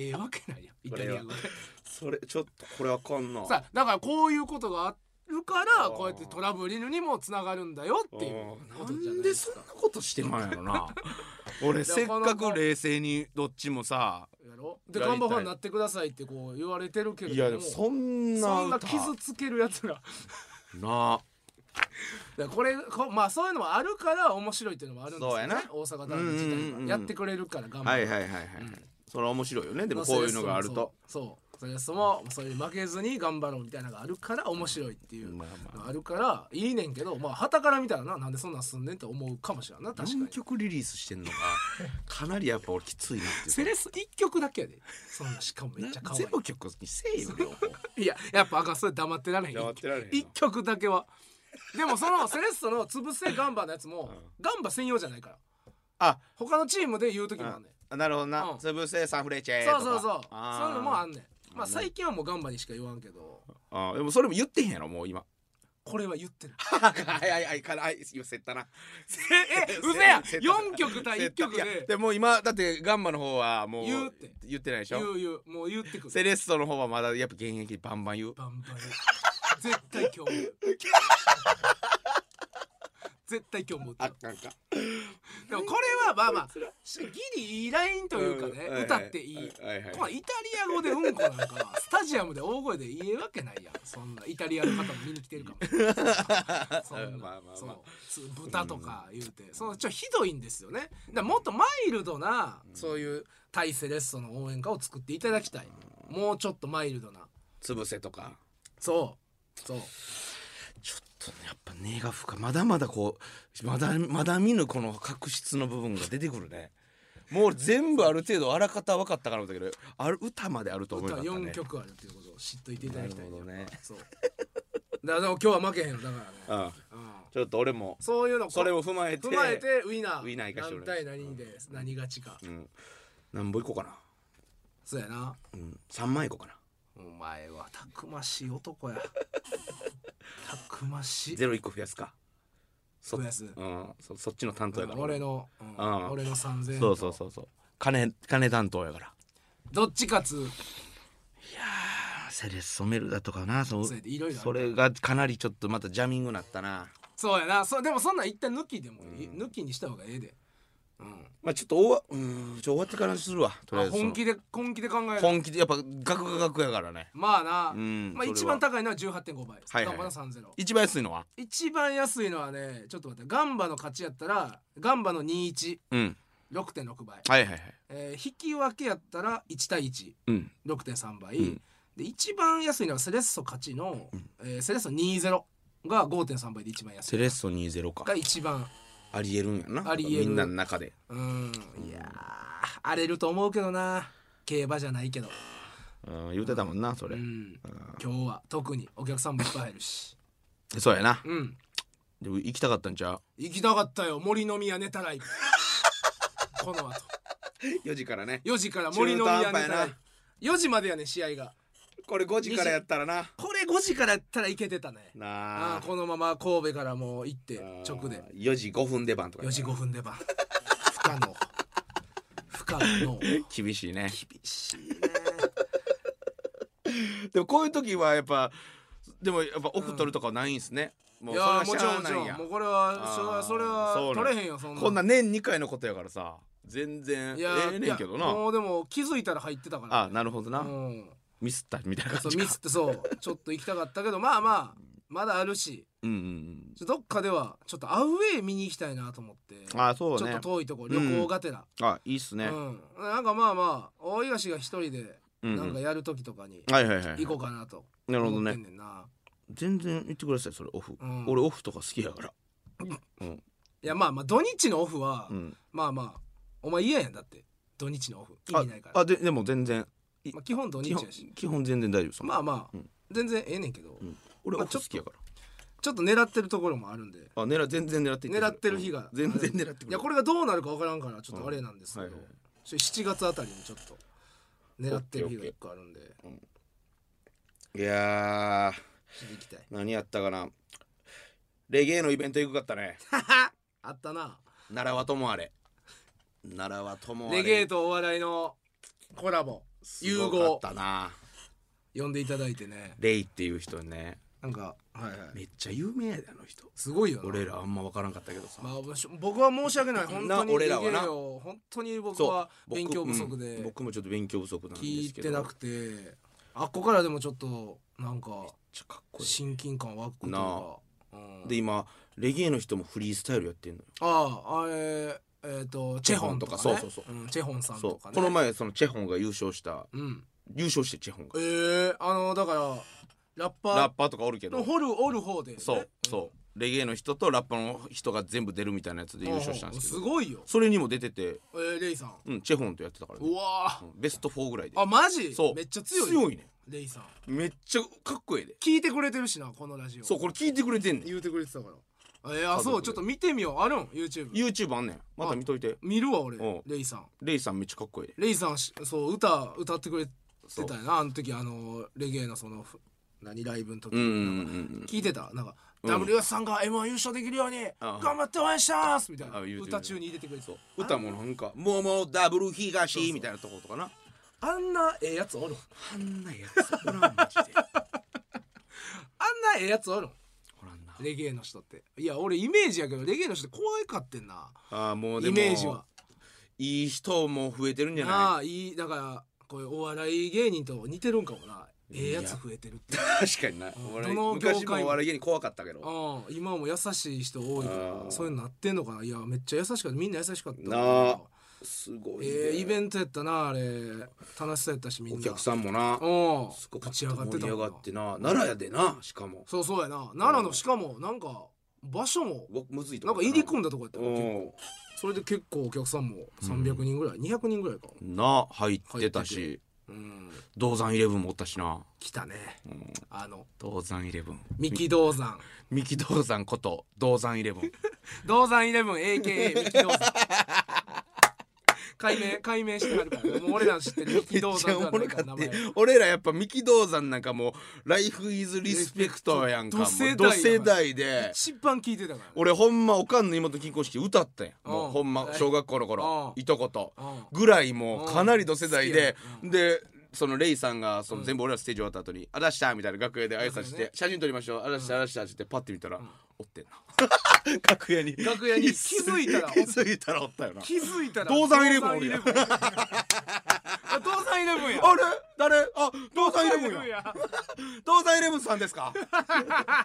Speaker 2: ええわけないやんイタリア語で
Speaker 1: それちょっとこれあかんな
Speaker 2: さあだからこういうことがあるから
Speaker 1: あー
Speaker 2: こうやってトラブルにもつながるんだよっていう
Speaker 1: う
Speaker 2: こ
Speaker 1: ん
Speaker 2: とじゃ
Speaker 1: な
Speaker 2: ない
Speaker 1: ん
Speaker 2: で
Speaker 1: ですそん
Speaker 2: か
Speaker 1: なことしてまんやろな 俺せっかく冷静にどっちもさ
Speaker 2: やろで
Speaker 1: やり
Speaker 2: 看
Speaker 1: たい
Speaker 2: 板ファンになってくださいってこう言われてるけれ
Speaker 1: い
Speaker 2: ども
Speaker 1: やでもそんな
Speaker 2: そんな
Speaker 1: 歌
Speaker 2: 傷つけるやつがだ
Speaker 1: な
Speaker 2: からこれこまあそういうのもあるから面白いっていうのもあるんですよね
Speaker 1: そうやな
Speaker 2: 大阪ダービー自体
Speaker 1: うんうんう
Speaker 2: が
Speaker 1: んうん
Speaker 2: やってくれるから頑張
Speaker 1: は
Speaker 2: る
Speaker 1: いはいはいはい、それは面白いよねでもこういうのがあると
Speaker 2: そうそうそれそもそういう負けずに頑張ろうみたいなのがあるから面白いっていうの
Speaker 1: まあ
Speaker 2: があるからいいねんけどまあ旗から見たらななんでそんなんすんねんって思うかもしれんな確かに
Speaker 1: 何曲リリースしてんのがかなりやっぱ俺きついなっていう
Speaker 2: セレス1曲だけやでそんなしかもめっちゃ可愛
Speaker 1: 全部曲にせえよ両方
Speaker 2: いいややっぱあかんそれ黙ってられへん
Speaker 1: 黙ってられへんな
Speaker 2: 1曲だけはでもそのセレッソの潰せガンバのやつも、ガンバ専用じゃないから
Speaker 1: あ
Speaker 2: 他のチームで言う時もあんねん
Speaker 1: あなるほどな
Speaker 2: うん
Speaker 1: 潰せサンフレチェ
Speaker 2: そうそうそう
Speaker 1: あー
Speaker 2: そういうのもあんねんまあ最近はもうガンバにしか言わんけど
Speaker 1: あーでもそれも言ってへんやろもう今
Speaker 2: これは言ってる
Speaker 1: はいはいはいからはい今せったな
Speaker 2: ええう せやん4曲対1曲
Speaker 1: いや
Speaker 2: で
Speaker 1: でも今だってガンマの方はもう
Speaker 2: 言うって
Speaker 1: 言ってないでし
Speaker 2: 言
Speaker 1: ょ
Speaker 2: う言うもう言ってく
Speaker 1: セ
Speaker 2: る
Speaker 1: レッソの方はまだやっぱ現役バンバン言う
Speaker 2: バンバン絶対今日も言 う絶対今日も言って
Speaker 1: なんか
Speaker 2: るでもこれはまあまあしギリいいラインというかね
Speaker 1: うん
Speaker 2: 歌っていい
Speaker 1: はいはいはいはい
Speaker 2: これイタリア語でうんこなんかスタジアムで大声で言えるわけないやんそんなイタリアの方も見に来て るかもそん
Speaker 1: まあまあ
Speaker 2: な
Speaker 1: まあ
Speaker 2: そうつ豚とか言うて、そのちょひどいんですよねだからもっとマイルドな、そういう対セレッソの応援歌を作っていただきたい、もうちょっとマイルドな
Speaker 1: 潰せとか
Speaker 2: そうそう
Speaker 1: ちょっとねやっぱ根が深いまだまだこうまだまだ見ぬこの確執の部分が出てくるねもう全部ある程度あらかた分かったからだけどある歌まであると思う
Speaker 2: 歌
Speaker 1: かったね
Speaker 2: 4曲あるっていうことを知っといていただきたい
Speaker 1: なるほどね
Speaker 2: そうだからでも今日は負けへんよだからね、
Speaker 1: うん
Speaker 2: うん、
Speaker 1: ちょっと俺も
Speaker 2: そういうのこ
Speaker 1: それを踏まえて
Speaker 2: 踏まえてウィナー
Speaker 1: ウィナー行かし
Speaker 2: 何
Speaker 1: てもら
Speaker 2: 対
Speaker 1: い
Speaker 2: 何で何がちか、
Speaker 1: うん何本行こうかな
Speaker 2: そうやな
Speaker 1: うん3万行こうかな
Speaker 2: お前はたくましい男 やたくましい
Speaker 1: ゼロ一個増やすかそ
Speaker 2: 増やす
Speaker 1: うんそそっちの担当やから
Speaker 2: 俺の、うん
Speaker 1: ああ
Speaker 2: 俺の3000円
Speaker 1: そうそうそうそう金金担当やから
Speaker 2: どっちかつ
Speaker 1: セレッソメルだとかなそう
Speaker 2: そうやでいろいろある
Speaker 1: それがかなりちょっとまたジャミングなったな
Speaker 2: そうやなそうでもそんなん一旦抜きでもいい、抜きにした方がええで、
Speaker 1: まあちょっと終わうーんちょ終わってからにするわとりあえ
Speaker 2: あ
Speaker 1: ずその
Speaker 2: 本気で本気で考える
Speaker 1: 本気でやっぱ額が額やからね
Speaker 2: まあな、
Speaker 1: うん
Speaker 2: まあ、
Speaker 1: それは
Speaker 2: 一番高いのは18.5倍
Speaker 1: はい
Speaker 2: ガンバの30
Speaker 1: 一番安いのは
Speaker 2: 一番安いのはねちょっと待ってガンバの勝ちやったらガンバの216.6
Speaker 1: うん
Speaker 2: 倍、
Speaker 1: はいはいはい
Speaker 2: えー引き分けやったら1対
Speaker 1: うん
Speaker 2: 16.3倍、
Speaker 1: うん
Speaker 2: で一番安いのはセレッソ勝ちの、えーセレッソ20が5.3倍で一番安い
Speaker 1: セレッソ20か
Speaker 2: が一番
Speaker 1: ありえるんやな
Speaker 2: ありえる
Speaker 1: みんなの中で
Speaker 2: うんいやー荒れると思うけどな競馬じゃないけど、
Speaker 1: うん言うてたもんなそれ、
Speaker 2: うん、今日は特にお客さんもいっぱい入るし
Speaker 1: そうやな
Speaker 2: うん
Speaker 1: でも行きたかったんちゃ
Speaker 2: 行きたかったよ森の宮ネタ ライブこの後
Speaker 1: う4時からね
Speaker 2: 4時から森の宮ネタ
Speaker 1: 中途半
Speaker 2: ラ
Speaker 1: 端
Speaker 2: イ
Speaker 1: や
Speaker 2: ブ4時までやね試合が
Speaker 1: これ5時
Speaker 2: からや
Speaker 1: ったらな
Speaker 2: これ5時からやったらいけてたね
Speaker 1: な
Speaker 2: あーこのまま神戸からもう行って直で
Speaker 1: 4時5分出番とか
Speaker 2: 4時5分出番 不可能不可能厳
Speaker 1: 厳しいね
Speaker 2: しいね
Speaker 1: でもこういう時はやっぱでもやっぱ奥取るとかはないんすね、も
Speaker 2: いうや
Speaker 1: それ
Speaker 2: ー
Speaker 1: は
Speaker 2: も
Speaker 1: し
Speaker 2: ちろんもち
Speaker 1: ゃあない
Speaker 2: ろ
Speaker 1: や
Speaker 2: んもうこれは
Speaker 1: あー
Speaker 2: それはそれ
Speaker 1: そ
Speaker 2: は
Speaker 1: うなん
Speaker 2: 取れへんよそんな
Speaker 1: こんな年2回のことやからさ全然
Speaker 2: い
Speaker 1: え
Speaker 2: や
Speaker 1: えねんけど
Speaker 2: いや
Speaker 1: な
Speaker 2: もうでも気づいたら入ってたから
Speaker 1: あなるほどな、
Speaker 2: うん
Speaker 1: ミスったみたいな
Speaker 2: そ
Speaker 1: 感
Speaker 2: う
Speaker 1: じ
Speaker 2: ミ
Speaker 1: か
Speaker 2: スってそうちょっと行きたかったけどまあまあまだあるし
Speaker 1: うんうん
Speaker 2: ちょどっかではちょっとアウェー見に行きたいなと思って
Speaker 1: うんあそう
Speaker 2: ちょっ
Speaker 1: ね
Speaker 2: と遠いとこ旅行がてら、
Speaker 1: あいいっ
Speaker 2: う
Speaker 1: す
Speaker 2: ん
Speaker 1: ね、
Speaker 2: なんかまあまあ大東が一人で
Speaker 1: うんうん
Speaker 2: なんかやる時とかに
Speaker 1: はいはいは
Speaker 2: 行
Speaker 1: い
Speaker 2: こうかなと
Speaker 1: なるほど
Speaker 2: 思って
Speaker 1: ね
Speaker 2: んねんな、
Speaker 1: 全然言ってくださいそれオフ、
Speaker 2: うん
Speaker 1: 俺オフとか好きやからうん
Speaker 2: いやまあまあ土日のオフは、
Speaker 1: うん
Speaker 2: まあまあお前嫌やんだって土日のオフ意
Speaker 1: あ
Speaker 2: 味ないから
Speaker 1: あででも全然
Speaker 2: まあ、基本土日
Speaker 1: 基
Speaker 2: や
Speaker 1: 本
Speaker 2: し
Speaker 1: 基本全然大丈夫そんな
Speaker 2: まあまあ、
Speaker 1: うん
Speaker 2: 全然ええねんけど、
Speaker 1: うん俺オフ好きやから
Speaker 2: ちょっと狙ってるところもあるんで
Speaker 1: あ狙全然狙ってい
Speaker 2: 狙ってる日が、
Speaker 1: 全然狙ってくる
Speaker 2: いやこれがどうなるか分からんからちょっとあれなんですけど、
Speaker 1: うんはいはいは
Speaker 2: ちょ7月あたりにちょっと狙ってる日が1個あるんでちょ
Speaker 1: いやー
Speaker 2: っと行きたい
Speaker 1: 何やったかなレゲエのイベント行くかったね
Speaker 2: あったな
Speaker 1: 奈良はともあれ奈良はともあれ
Speaker 2: レゲエとお笑いのコラボ
Speaker 1: す
Speaker 2: 融
Speaker 1: ごか
Speaker 2: 合
Speaker 1: ったな
Speaker 2: 呼んでいただいてね
Speaker 1: レイっていう人ね
Speaker 2: なんか、はいはい、
Speaker 1: めっちゃ有名やであの人
Speaker 2: すごいよな
Speaker 1: 俺らあんま分からんかったけどさ、
Speaker 2: まあ、私僕は申し訳ない本当
Speaker 1: な
Speaker 2: に
Speaker 1: 俺らはな
Speaker 2: レゲエを本当に僕は勉強不足
Speaker 1: うん
Speaker 2: で
Speaker 1: 僕もちょっと勉強不足なんですけど
Speaker 2: 聞いてなくてあっこからでもちょっとなんか
Speaker 1: めっちゃかっこい
Speaker 2: 親近感湧くというか、うん
Speaker 1: いで今レゲエの人もフリースタイルやってんのよ
Speaker 2: あああれえっ、とチェホンとか、ね、
Speaker 1: チェホンとかそうそうそ
Speaker 2: んチェホンさん
Speaker 1: そ
Speaker 2: と
Speaker 1: う
Speaker 2: かね
Speaker 1: この前そのチェホンが優勝した
Speaker 2: うん
Speaker 1: 優勝してチェホン
Speaker 2: え
Speaker 1: が
Speaker 2: えあのだからラッ
Speaker 1: ラッ
Speaker 2: パ
Speaker 1: パーとかおるけ
Speaker 2: ーの
Speaker 1: ど
Speaker 2: 掘るおる方でね、
Speaker 1: そうそうレゲエの人とラッパーの人が全部出るみたいなやつで
Speaker 2: うん
Speaker 1: 優勝したんですけ
Speaker 2: す
Speaker 1: ど
Speaker 2: ごいよ
Speaker 1: それにも出てて
Speaker 2: えー、レイさん
Speaker 1: うんチェホンとやってたからね
Speaker 2: うわ
Speaker 1: うんベスト4ぐらいで
Speaker 2: ーあマジ
Speaker 1: そう
Speaker 2: めっちゃ強い
Speaker 1: 強いね
Speaker 2: レイさん
Speaker 1: めっちゃかっこええで
Speaker 2: 聞いてくれてるしなこのラジオ
Speaker 1: そうこれ聞いてくれてんねん
Speaker 2: 言うてくれてたからえー、あ
Speaker 1: 家族で
Speaker 2: そうちょっと見てみようあるん YouTube
Speaker 1: YouTube あんねんまた見といて
Speaker 2: 見るわ俺
Speaker 1: おう
Speaker 2: レイさん
Speaker 1: レイさんめっちゃかっこええで
Speaker 2: レイさんしそう歌歌ってくれて
Speaker 1: そう
Speaker 2: たよなあの時あのレゲエのそのふ何ライブの時
Speaker 1: うんうん
Speaker 2: なん
Speaker 1: うん
Speaker 2: か
Speaker 1: うん
Speaker 2: 聞いてたなんか、
Speaker 1: うん
Speaker 2: WS さんが M1 優勝できるように
Speaker 1: あ
Speaker 2: 頑張って応援しますみたいな
Speaker 1: あ言うてる
Speaker 2: 歌中に入れてくれて
Speaker 1: そ
Speaker 2: た
Speaker 1: う歌もなんか「ももダブル東」みたいなとことかな
Speaker 2: あんなええやつおるん
Speaker 1: あんなや つおらんマジで
Speaker 2: あんなええやつおるん
Speaker 1: おらんな
Speaker 2: レゲエの人っていや俺イメージやけどレゲエの人って怖いかってんな
Speaker 1: あーもうで
Speaker 2: イ
Speaker 1: も
Speaker 2: メージはい
Speaker 1: い人も増えてるんじゃ
Speaker 2: あ
Speaker 1: な
Speaker 2: あいいだからこういうお笑い芸人と似てるんかもなええやつ増えてるって
Speaker 1: い確かになお笑い
Speaker 2: どの業界も
Speaker 1: 昔もお笑い芸人怖かったけど
Speaker 2: ああ今も優しい人多いか
Speaker 1: あ
Speaker 2: ら
Speaker 1: あ
Speaker 2: そういうのなってんのかないやめっちゃ優しかったみんな優しかった
Speaker 1: なあすごいね
Speaker 2: ええイベントやったなあれ楽しそうやったしみん
Speaker 1: お
Speaker 2: な
Speaker 1: 客さんもな
Speaker 2: お
Speaker 1: すご
Speaker 2: う
Speaker 1: か
Speaker 2: 立
Speaker 1: っ
Speaker 2: ち
Speaker 1: た
Speaker 2: 上がって
Speaker 1: 盛り
Speaker 2: た
Speaker 1: 上
Speaker 2: もん
Speaker 1: が
Speaker 2: な
Speaker 1: ってな奈良やでなしかも
Speaker 2: そうそうやな奈良
Speaker 1: う
Speaker 2: の
Speaker 1: ん
Speaker 2: しかもなんか場所も
Speaker 1: うわむずいと
Speaker 2: なん
Speaker 1: こ
Speaker 2: か入り込んだとこやったよ結構
Speaker 1: お
Speaker 2: それで結構お客さんも300人ぐらい、200人ぐらいか
Speaker 1: な入ってた
Speaker 2: 入
Speaker 1: し
Speaker 2: うん
Speaker 1: 銅山イレブンもおったしな
Speaker 2: 来たね、あの
Speaker 1: 銅山イレブン
Speaker 2: 三木銅山
Speaker 1: 三木銅山こと銅山イレブン
Speaker 2: 銅山イレブン AKA 三木銅山解明解明してあるからもう俺らの知ってる三
Speaker 1: め
Speaker 2: 木
Speaker 1: っ
Speaker 2: 銅
Speaker 1: ちゃ
Speaker 2: 山では
Speaker 1: お
Speaker 2: な
Speaker 1: もろ
Speaker 2: いか
Speaker 1: からっ
Speaker 2: 名
Speaker 1: た
Speaker 2: 前
Speaker 1: 俺らやっぱ三木銅山なんかもう「ライフイズリスペクトやんかも
Speaker 2: ド世代や
Speaker 1: う
Speaker 2: から
Speaker 1: ド世代で
Speaker 2: 一番聞いてたから、ね、
Speaker 1: 俺ほんまおかんの妹金婚式歌ったんやも
Speaker 2: う
Speaker 1: うんほんま小学校の頃
Speaker 2: うん
Speaker 1: いとこと
Speaker 2: うん
Speaker 1: ぐらいもうかなりの世代で
Speaker 2: う
Speaker 1: でそのレイさんがその全部俺らステージ終わった後に「あらした」みたいな楽屋で挨拶し
Speaker 2: そうね
Speaker 1: て「写真撮りましょうあらしたあらした」って言ってパッて見たら
Speaker 2: ん
Speaker 1: おってんな 楽屋に
Speaker 2: 楽屋に気づいたらおっ
Speaker 1: 気づいたらおったよな
Speaker 2: 気づいたら
Speaker 1: 銅山イレブンおるやん
Speaker 2: 銅山イレブンあ銅山イレブンや
Speaker 1: あれ誰あ父さんイレブンや
Speaker 2: や
Speaker 1: 父さんイレブンさんで すか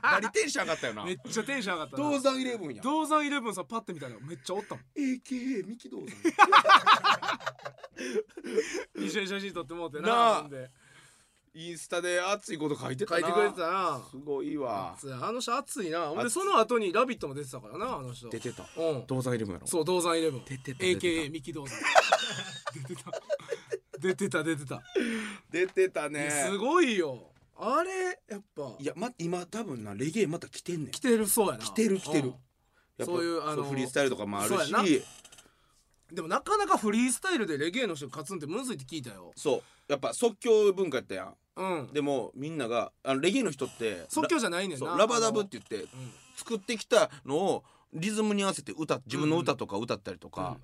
Speaker 1: 何テンション上がったよな
Speaker 2: めっちゃテンション上がったな
Speaker 1: 銅山イレブンや
Speaker 2: 銅山イレブンさパッて見たらめっちゃおったも
Speaker 1: AKA ミキ銅山
Speaker 2: ん一緒に写真撮ってもうてな
Speaker 1: なあ
Speaker 2: ほんで
Speaker 1: インスタで熱いこと書いてた
Speaker 2: 書
Speaker 1: ない
Speaker 2: てくれてたな
Speaker 1: すごいわ
Speaker 2: 熱いあの人熱いなほん
Speaker 1: 熱
Speaker 2: で
Speaker 1: い
Speaker 2: その後に「ラビット!」も出てたからなあの人
Speaker 1: 出てた
Speaker 2: うん
Speaker 1: 銅山イレブンやろ
Speaker 2: そう銅山イレブン
Speaker 1: 出てた出て
Speaker 2: AKA ミキ銅山 出てた出てた出てた
Speaker 1: 出てたね
Speaker 2: すごいよあれやっぱ
Speaker 1: いや、ま、今多分なレゲエまた来てんねん
Speaker 2: 来てるそうやな
Speaker 1: 来てる来てる
Speaker 2: うん
Speaker 1: やっぱ
Speaker 2: そういうあの
Speaker 1: フリースタイルとかもあるし
Speaker 2: そうやなでもなかなかフリースタイルでレゲエの人が勝つんってむずいって聞いたよ
Speaker 1: そうやっぱ即興文化やったやん
Speaker 2: うん
Speaker 1: でもみんながあのレゲエの人って
Speaker 2: 即興じ
Speaker 1: ゃ
Speaker 2: ゃないねんな
Speaker 1: ラバダブって言って
Speaker 2: あのうん
Speaker 1: 作ってきたのをリズムに合わせて歌自分の歌とか歌ったりとか、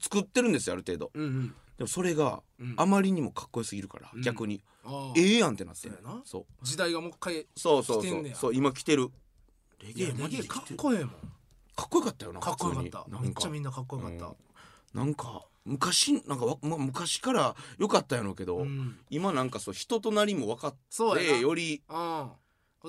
Speaker 1: 作ってるんですよある程度
Speaker 2: うんうん
Speaker 1: でもそれが
Speaker 2: うん
Speaker 1: あまりにもかっこよすぎるから、
Speaker 2: うん
Speaker 1: 逆に
Speaker 2: あ
Speaker 1: え
Speaker 2: え
Speaker 1: えやんってなってん
Speaker 2: そうやな
Speaker 1: そう
Speaker 2: 時代がもう一回い
Speaker 1: そうそう
Speaker 2: 来
Speaker 1: そ
Speaker 2: てんね
Speaker 1: う
Speaker 2: や
Speaker 1: そう今来てるレゲ
Speaker 2: や
Speaker 1: エマ
Speaker 2: レゲ
Speaker 1: ジ
Speaker 2: エ
Speaker 1: で
Speaker 2: か
Speaker 1: 来て
Speaker 2: っ
Speaker 1: る
Speaker 2: こええもん
Speaker 1: かっこよかったよな
Speaker 2: かっこよかっ
Speaker 1: 普
Speaker 2: た
Speaker 1: 通に
Speaker 2: め
Speaker 1: な
Speaker 2: っ
Speaker 1: ん
Speaker 2: ちゃ
Speaker 1: か
Speaker 2: みんなかっこよかった
Speaker 1: なんか昔なんかわ、まあ、昔から良かったんやろうけど、
Speaker 2: うん
Speaker 1: 今なんかそう人となりも分かっ
Speaker 2: そうや
Speaker 1: て
Speaker 2: な
Speaker 1: より
Speaker 2: う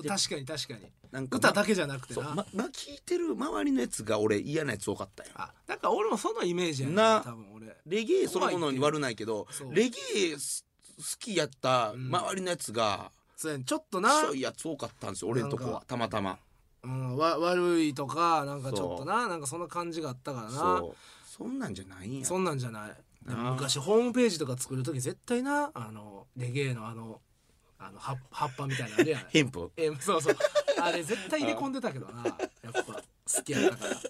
Speaker 2: ん
Speaker 1: で
Speaker 2: 確かに確かに
Speaker 1: なんか
Speaker 2: 歌だけじゃなくて
Speaker 1: そう
Speaker 2: な、
Speaker 1: まま、聞いてる周りのやつが俺嫌なやつ多かったよ
Speaker 2: あなんか俺もそのイメージやねん
Speaker 1: な
Speaker 2: 多分俺
Speaker 1: レゲエそのものに悪ないけど
Speaker 2: そう
Speaker 1: レゲエす好きやった
Speaker 2: うん
Speaker 1: 周りのやつが
Speaker 2: そうやねちょっと
Speaker 1: ち
Speaker 2: な、
Speaker 1: ょいやつ多かったんですよ俺んとこ
Speaker 2: なん
Speaker 1: は
Speaker 2: か
Speaker 1: たまたま
Speaker 2: うん、わ悪いとかなんかちょっとななんかそんな感じがあったからな
Speaker 1: そうそんなんじゃないんや
Speaker 2: そんなんじゃない
Speaker 1: なあ
Speaker 2: 昔ホームページとか作る時絶対なあのレゲエのあのあの葉っ葉っぱみたいなのあ れやん
Speaker 1: ヘンプ
Speaker 2: えそうそうあれ絶対入れ込んでたけどなやっぱ好きやったから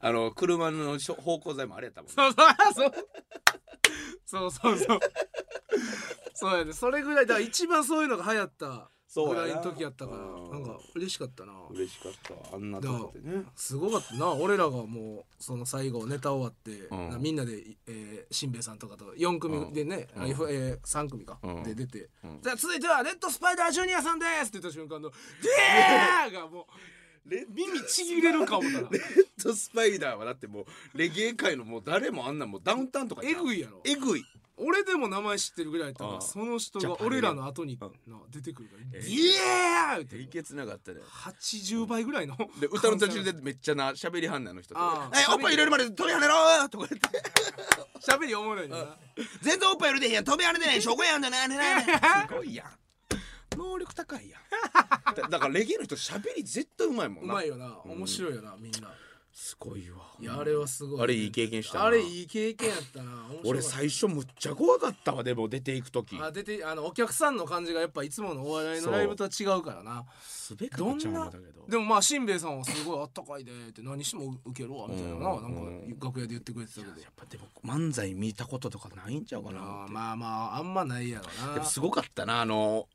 Speaker 1: あの車のしょ方向材もあれやったもんね
Speaker 2: そうそうそうそうそうそうそうやねそれぐらいだから一番そういうのが流行った
Speaker 1: そう
Speaker 2: ぐ
Speaker 1: や
Speaker 2: ら
Speaker 1: な
Speaker 2: いの時やったから
Speaker 1: うん
Speaker 2: なんか嬉しかったな
Speaker 1: 嬉しかったあんなとこでね
Speaker 2: すごかったな俺らがもうその最後ネタ終わって、
Speaker 1: うん
Speaker 2: なみんなで、えー、しんべヱさんとかと4組でね、
Speaker 1: うん
Speaker 2: あ F えー、3組か、
Speaker 1: うん
Speaker 2: で出て、
Speaker 1: うん
Speaker 2: じゃあ続いては「レッドスパイダージュニアさんです」って言った瞬 間の「ディー!」がもう
Speaker 1: レッ
Speaker 2: 耳ちぎれるか思ったら
Speaker 1: レッドスパイダーはだってもうレゲエ界のもう誰もあんなんもうダウンタウンとか
Speaker 2: えぐ
Speaker 1: い
Speaker 2: いやろ
Speaker 1: えぐい
Speaker 2: 俺でも名前知ってるぐらいやったか
Speaker 1: あ
Speaker 2: ら
Speaker 1: あ
Speaker 2: その人
Speaker 1: ジャ
Speaker 2: が
Speaker 1: パネル
Speaker 2: 俺らの後に
Speaker 1: う
Speaker 2: な出てくるから「デ
Speaker 1: え
Speaker 2: ィー!」って
Speaker 1: えげつなかったで
Speaker 2: 80倍ぐらいの
Speaker 1: で歌の途中でめっちゃな喋りはんねんあの人
Speaker 2: ああ
Speaker 1: えおっぱい入れるまで飛び跳ねろーとか言って
Speaker 2: 喋りおもろいねんな
Speaker 1: 全然おっぱい入れてへんやん飛び跳ねてない証拠やんだなねなすごいやん能力高いやんだだからレゲエの人喋り絶対うまいも
Speaker 2: うん
Speaker 1: な
Speaker 2: まいよな面白いよなみんな。
Speaker 1: すごいわ
Speaker 2: いやあれはすごい
Speaker 1: あれいい経験したな
Speaker 2: あれいい経験やったな面白かった
Speaker 1: 俺最初むっちゃ怖かったわでも出ていく時
Speaker 2: あ出てあのお客さんの感じがやっぱいつものお笑いのライブとは違うからな
Speaker 1: すべ
Speaker 2: どん
Speaker 1: ちゃん
Speaker 2: な
Speaker 1: だけど
Speaker 2: でもまあしんべヱさんはすごいあったかいでって何しても受けろわみたいなな
Speaker 1: うん
Speaker 2: なんか楽屋で言ってくれてたけど
Speaker 1: やっぱでも漫才見たこととかないんちゃうかな
Speaker 2: あーまあまああんまないやろ
Speaker 1: で
Speaker 2: な
Speaker 1: もすごかったなあの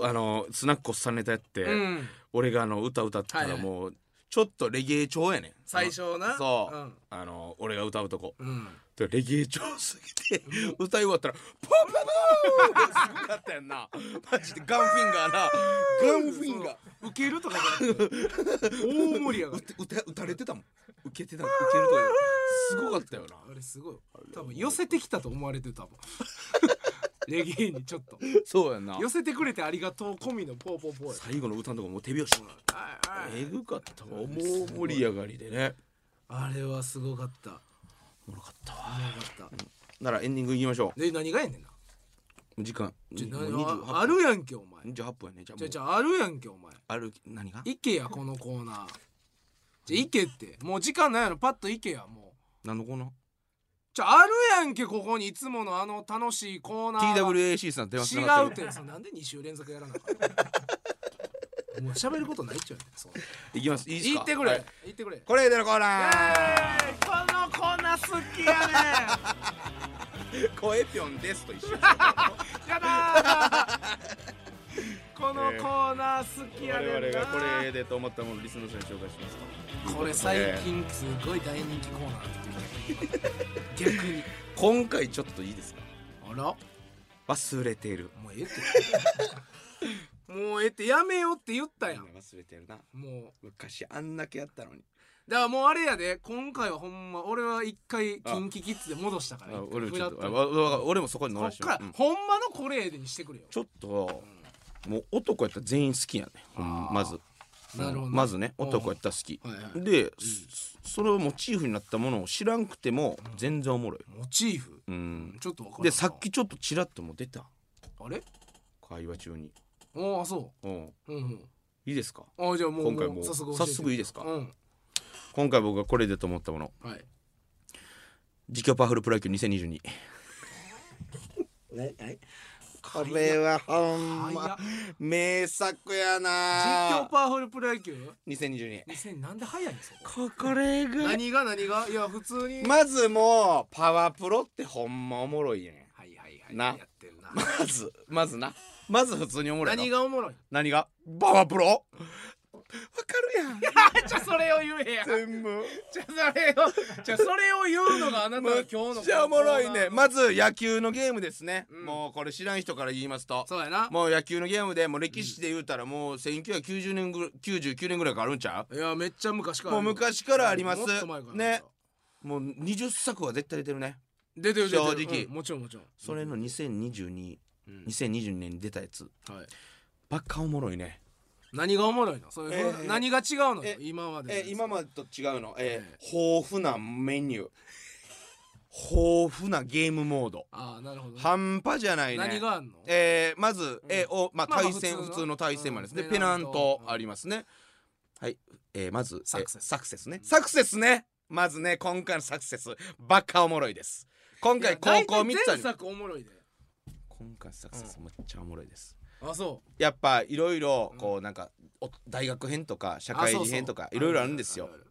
Speaker 1: あのスナックおっさんネタやって、
Speaker 2: うん
Speaker 1: 俺があの歌歌った
Speaker 2: はい
Speaker 1: ら
Speaker 2: はい
Speaker 1: もうちょっとレゲエ調やねん
Speaker 2: 最初な
Speaker 1: そう、
Speaker 2: うん
Speaker 1: あの俺が歌うとこ
Speaker 2: うん
Speaker 1: でレゲエ調すぎて、歌い終わったら「ポンポンポン!」すごかったやんなマジでガンフィンガーなガンフィンガー
Speaker 2: そう受けるとかじゃなくて大盛り上が
Speaker 1: 打
Speaker 2: り
Speaker 1: て打て打たれてたもん受けてた受けるとかすごかったよな
Speaker 2: あれすごい多分寄せてきたと思われてたもん レゲエにちょっと
Speaker 1: そうやんな
Speaker 2: 寄せてくれてありがとう込みのポーポーポーや
Speaker 1: 最後の歌のとこもう手拍子
Speaker 2: はいはい
Speaker 1: えぐかったわもう盛り上がりでね
Speaker 2: あれはすごかった
Speaker 1: おもろかったわ
Speaker 2: おもろかった
Speaker 1: ならエンディングいきましょう
Speaker 2: で何がやねんな
Speaker 1: 時間
Speaker 2: ちょ
Speaker 1: もう
Speaker 2: 何
Speaker 1: 28分
Speaker 2: ああるやんけお前
Speaker 1: 28分やねじゃ
Speaker 2: じゃ
Speaker 1: あもう
Speaker 2: じゃあるやんけお前
Speaker 1: ある何が
Speaker 2: 行けやこのコーナーじゃ行けってもう時間ないのパッと行けやもう
Speaker 1: 何のこの
Speaker 2: じゃあるやんけここにいつものあの楽しいコーナーは
Speaker 1: TWAC さん電話つなが
Speaker 2: 違う
Speaker 1: って
Speaker 2: てそのなんで2週連続やらなあかったもう喋ることないっちゃうねんそう
Speaker 1: るいきますいいです
Speaker 2: 言
Speaker 1: か
Speaker 2: ってくれ、
Speaker 1: はい
Speaker 2: 言ってくれ
Speaker 1: これでのコーナ
Speaker 2: え
Speaker 1: ー
Speaker 2: ーこのコーナー好きやね
Speaker 1: 声ぴょんですと一緒
Speaker 2: んやだーこのコーナー好きやねんな、
Speaker 1: 我々がこれでと思ったものをリスナーさんに紹介しますと
Speaker 2: これ最近すごい大人気コーナーだって言う逆に
Speaker 1: 今回ちょっといいですか
Speaker 2: あら
Speaker 1: 「忘れてる
Speaker 2: もうええ ってもうええってやめようって言ったやん
Speaker 1: 忘れてるな
Speaker 2: も
Speaker 1: 昔あんだけやったのに
Speaker 2: うだからもうあれやで今回はほんま俺は一回キンキキッズで戻したから
Speaker 1: あ
Speaker 2: 一回
Speaker 1: 俺もちょっと
Speaker 2: フラッ
Speaker 1: わ
Speaker 2: ト
Speaker 1: わわ俺もそこに乗
Speaker 2: こ
Speaker 1: ら
Speaker 2: っ
Speaker 1: して
Speaker 2: から、
Speaker 1: うん
Speaker 2: ほんまのこれにしてくれよ
Speaker 1: ちょっともう男やったら全員好きやねほんままず
Speaker 2: なるほど
Speaker 1: まずね
Speaker 2: うん
Speaker 1: 男やったら好き
Speaker 2: はいはい
Speaker 1: で、そそれをモチーフになったものを知らんくても全然おもろい、
Speaker 2: モチーフ
Speaker 1: うん、
Speaker 2: ちょっとわかる
Speaker 1: でさっきちょっとちらっとも出
Speaker 2: あ
Speaker 1: た
Speaker 2: れ
Speaker 1: 会話中に
Speaker 2: おあそ
Speaker 1: うん
Speaker 2: ううん
Speaker 1: いいですか
Speaker 2: うんあじゃあもう
Speaker 1: 今回もう
Speaker 2: 早速
Speaker 1: 早速いいです
Speaker 2: か
Speaker 1: か
Speaker 2: うん
Speaker 1: 今回僕がこれでと思ったもの
Speaker 2: はい
Speaker 1: 実況パワフルプロ野球2022
Speaker 2: はい
Speaker 1: これはほん
Speaker 2: 早っ
Speaker 1: ま名作や
Speaker 2: 実況
Speaker 1: な
Speaker 2: パワフルプロ野球
Speaker 1: 2022
Speaker 2: 2000なんで早いんですか
Speaker 1: ここれが
Speaker 2: 何が何がいや普通に
Speaker 1: まずもうパワープロってほんまおもろいやん
Speaker 2: はいはいはい
Speaker 1: な
Speaker 2: やってるな
Speaker 1: まずまずなまず普通におもろいな
Speaker 2: 何がおもろい
Speaker 1: 何がパワープロわかるや ん
Speaker 2: じゃそれを言えや
Speaker 1: 全部
Speaker 2: じゃそれをじゃそれを言うのがあなたの今日の
Speaker 1: めっちゃおもろいねまず野球のゲームですね、
Speaker 2: うん
Speaker 1: もうこれ知らん人から言いますと
Speaker 2: そうやな
Speaker 1: もう野球のゲームでもう歴史で言うたらもう1990年ぐ99年ぐらいからあるんちゃ
Speaker 2: いやめっちゃ昔か
Speaker 1: う
Speaker 2: ら
Speaker 1: もう昔からあります
Speaker 2: もっと前からある
Speaker 1: ねもう20作は絶対出てるね
Speaker 2: 出てる出てる
Speaker 1: 正直
Speaker 2: うんもちろんもちろん
Speaker 1: それの20222022
Speaker 2: うん
Speaker 1: 年に出たやつ
Speaker 2: はい
Speaker 1: バカおもろいね
Speaker 2: 何がおもろいのそれ、
Speaker 1: えー
Speaker 2: 何が違うのよ
Speaker 1: え
Speaker 2: 今まで
Speaker 1: え今までと違うの、え
Speaker 2: え
Speaker 1: 豊富なメニュー豊富なゲームモード
Speaker 2: ああなるほど、
Speaker 1: 半端じゃないね
Speaker 2: 何があんの
Speaker 1: えーまず、えーおまあ、
Speaker 2: まあまあ
Speaker 1: 対戦、
Speaker 2: 普通
Speaker 1: 普
Speaker 2: の
Speaker 1: 通の対戦までですね、
Speaker 2: うん
Speaker 1: ペナント
Speaker 2: ペナント
Speaker 1: ありますね、はい、えーまず
Speaker 2: サクセス
Speaker 1: えーサクセスねサクセスねまずね今回のサクセスバカおもろいです今
Speaker 2: いや
Speaker 1: 回高校
Speaker 2: 大体
Speaker 1: 3つあ
Speaker 2: 前
Speaker 1: り
Speaker 2: 作おもろいで
Speaker 1: 今回サクセスめっちゃおもろいです、
Speaker 2: あそう
Speaker 1: やっぱいろいろこうなんかお大学編とか社会
Speaker 2: あそう
Speaker 1: 人
Speaker 2: そう
Speaker 1: 編とかいろいろあるんですよ
Speaker 2: るある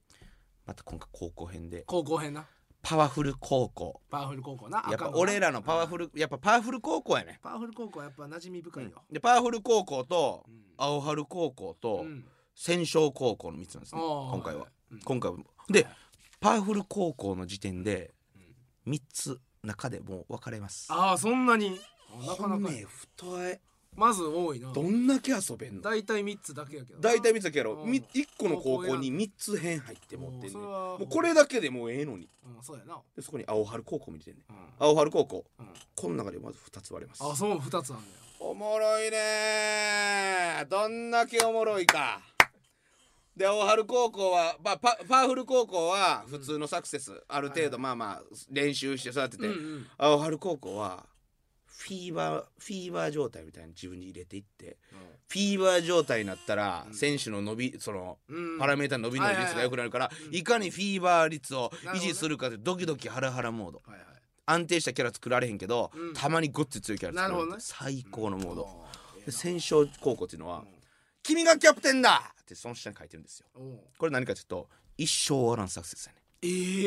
Speaker 1: また今回高校編で
Speaker 2: 高校編な
Speaker 1: パワフル高校
Speaker 2: パワフル高校な
Speaker 1: やっ
Speaker 2: 赤
Speaker 1: ぱ
Speaker 2: のな
Speaker 1: 俺らのパワフルやっぱパワフル高校やね
Speaker 2: パワフル高校はやっぱ馴染み深いよ、
Speaker 1: でパワフル高校と
Speaker 2: うん
Speaker 1: 青春高校と
Speaker 2: うん
Speaker 1: 戦勝高校の3つなんですね
Speaker 2: おー
Speaker 1: 今回は、
Speaker 2: うん
Speaker 1: 今回はでパワフル高校の時点で
Speaker 2: うん
Speaker 1: 3つ中でもう分かれます
Speaker 2: ああそんなにあなかな
Speaker 1: 本
Speaker 2: か
Speaker 1: 命太え
Speaker 2: まず多いな
Speaker 1: どんだけ遊べんの
Speaker 2: 大体3つだけやけどな
Speaker 1: 大体見てたけど
Speaker 2: うん
Speaker 1: 1個の高校に3つ編入って持ってんねん
Speaker 2: おーそれ
Speaker 1: も
Speaker 2: は
Speaker 1: うこれだけでもうええのに
Speaker 2: うんそうやな、
Speaker 1: でそこに青春高校見てんねん
Speaker 2: うん
Speaker 1: 青春高校
Speaker 2: うん
Speaker 1: この中でまず2つ割れます
Speaker 2: あそう2つあんねよ
Speaker 1: おもろいねーどんだけおもろいかで大春高校は、まあ、パパワフル高校は普通のサクセス、ある程度まあまあ練習して育てて、
Speaker 2: うんうん
Speaker 1: 青春高校はフィーバーフィーバー状態みたいなの自分に入れていってフィーバー状態になったら
Speaker 2: うん
Speaker 1: 選手の伸びその
Speaker 2: うん
Speaker 1: パラメーターの伸びの率が良くなるから
Speaker 2: いはいはいうん
Speaker 1: いかにフィーバー率を
Speaker 2: なるほどね
Speaker 1: 維持するかでドキドキハラハラモード
Speaker 2: はいはい
Speaker 1: 安定したキャラ作られへんけど、
Speaker 2: うん
Speaker 1: たまにごっつい強いキャラ作られ
Speaker 2: なるほど
Speaker 1: る
Speaker 2: ね
Speaker 1: 最高のモード。
Speaker 2: あーええ
Speaker 1: で
Speaker 2: な
Speaker 1: 戦勝高校っていうのは、
Speaker 2: うん
Speaker 1: 君がキャプテンだってその下に書いてるんですよ
Speaker 2: おう
Speaker 1: これ何かというと一生終わらん作戦ですよね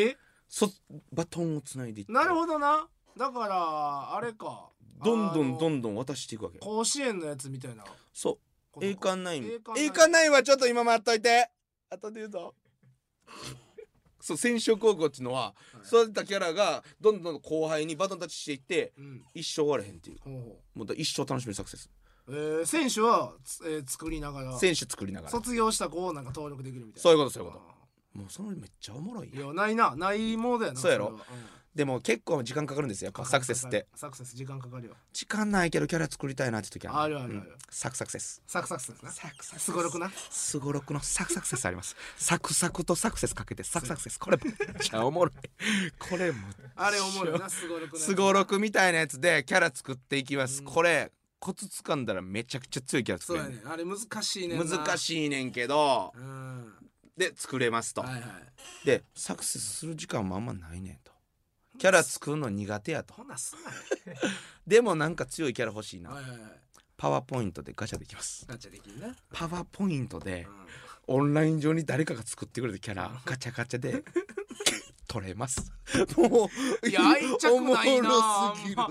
Speaker 2: ええ
Speaker 1: そバトンをつないでいって
Speaker 2: なるほどなだからあれか
Speaker 1: どんどんど
Speaker 2: ん
Speaker 1: んどん渡していくわけよ
Speaker 2: 甲子園のやつみたいな
Speaker 1: そう栄冠ナイン
Speaker 2: 栄冠ナイン
Speaker 1: 栄冠ナインはちょっと今待っといて後で言うぞ そう戦勝高校っていうのは育てたキャラがどんどんどん後輩にバトンタッチしていって
Speaker 2: うん
Speaker 1: 一生終わらへんっていう
Speaker 2: ほうほ
Speaker 1: もうだから一生楽しめる作戦です
Speaker 2: うえー、選手は、つえー、作りながら
Speaker 1: 選手作りながら
Speaker 2: 卒業した子をなんか登録できるみたいな
Speaker 1: そういうことそういうこと
Speaker 2: あ
Speaker 1: もうそのめっちゃおもろい
Speaker 2: ーい
Speaker 1: やん
Speaker 2: やないなないものだよな
Speaker 1: そうやろ
Speaker 2: れはん
Speaker 1: でも結構時間かかるんですよやっぱサクセスって
Speaker 2: サクセス時間かかるよ
Speaker 1: 時間ないけどキャラ作りたいなって時は
Speaker 2: あるあるある
Speaker 1: うんサクサクセス
Speaker 2: サクサクセスな
Speaker 1: サクサク
Speaker 2: すごろくな
Speaker 1: すごろくのサクサクセスあ りますサクサクとサクセスかけてサクサクセスこれめっちゃおもろい これも
Speaker 2: あれ思うよなすごろくな
Speaker 1: すごろくみたいなやつでキャラ作っていきます、これコツ掴んだらめちゃくちゃ強いキャラ
Speaker 2: そ
Speaker 1: 作
Speaker 2: う
Speaker 1: れ
Speaker 2: や
Speaker 1: る、
Speaker 2: ねあれ難しいねんな
Speaker 1: 難しいねんけど
Speaker 2: うん
Speaker 1: で作れますと、
Speaker 2: はいはい
Speaker 1: でサクセスする時間もあんまないねんとキャラ作るの苦手やと
Speaker 2: ほなすなよ
Speaker 1: でもなんか強いキャラ欲しいな、
Speaker 2: はいはいはい
Speaker 1: パワーポイントでガチャできます
Speaker 2: ガチャできんな、うん
Speaker 1: パワーポイントで、オンライン上に誰かが作ってくれたキ ャラガチャガチャで取れますもう
Speaker 2: いや愛着ないな
Speaker 1: おもろすぎる
Speaker 2: あんま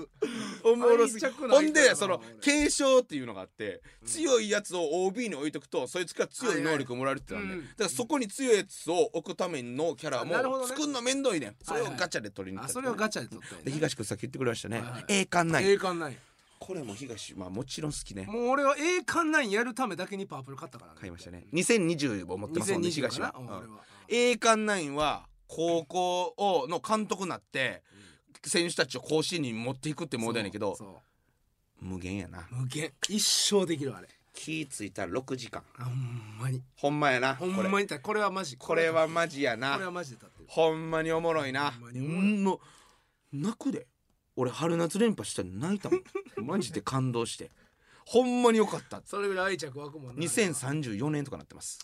Speaker 1: おもろすぎる
Speaker 2: 愛着ないからな
Speaker 1: ほんでその
Speaker 2: 俺
Speaker 1: 継承っていうのがあって強いやつを OB に置いとくとそいつから強い能力もらえるってなんで、
Speaker 2: はいはいうん
Speaker 1: だからそこに強いやつを置くためのキャラ
Speaker 2: あなるほ
Speaker 1: も
Speaker 2: どね
Speaker 1: 作んのめんどいねんそれを
Speaker 2: はいはい
Speaker 1: ガチャで取りに行
Speaker 2: あ
Speaker 1: った
Speaker 2: そ
Speaker 1: り
Speaker 2: れ
Speaker 1: と
Speaker 2: を
Speaker 1: か
Speaker 2: ガチャで取ったんや
Speaker 1: で
Speaker 2: ね
Speaker 1: 東君さっき言ってくれましたね
Speaker 2: はいはい
Speaker 1: 栄冠ない
Speaker 2: 栄冠ない
Speaker 1: これも東まあもちろん好きね
Speaker 2: もう俺は栄冠ナインやるためだけにパープル買ったからね
Speaker 1: 買いましたね2020を持ってますもんね
Speaker 2: 2020
Speaker 1: 東
Speaker 2: かな
Speaker 1: は、
Speaker 2: うん俺は
Speaker 1: 栄冠ナインは高校をの監督になって選手たちを甲子園に持っていくってもうだやねんけど
Speaker 2: そうそ
Speaker 1: 無限やな
Speaker 2: う無限一生できるあれ
Speaker 1: 気ついたら6時間
Speaker 2: あほんまに
Speaker 1: ほんまやな
Speaker 2: ほん
Speaker 1: こ
Speaker 2: ま
Speaker 1: れ
Speaker 2: にたこれはマジ
Speaker 1: これはマジや
Speaker 2: これは
Speaker 1: な
Speaker 2: マジで立ってる
Speaker 1: ほんまにおもろいな
Speaker 2: ほんまにおもろい
Speaker 1: んの泣くで俺春夏連覇したの泣い たもんマジで感動してほんまによかった
Speaker 2: それぐらい愛着湧くもんな
Speaker 1: 2034年とかなってます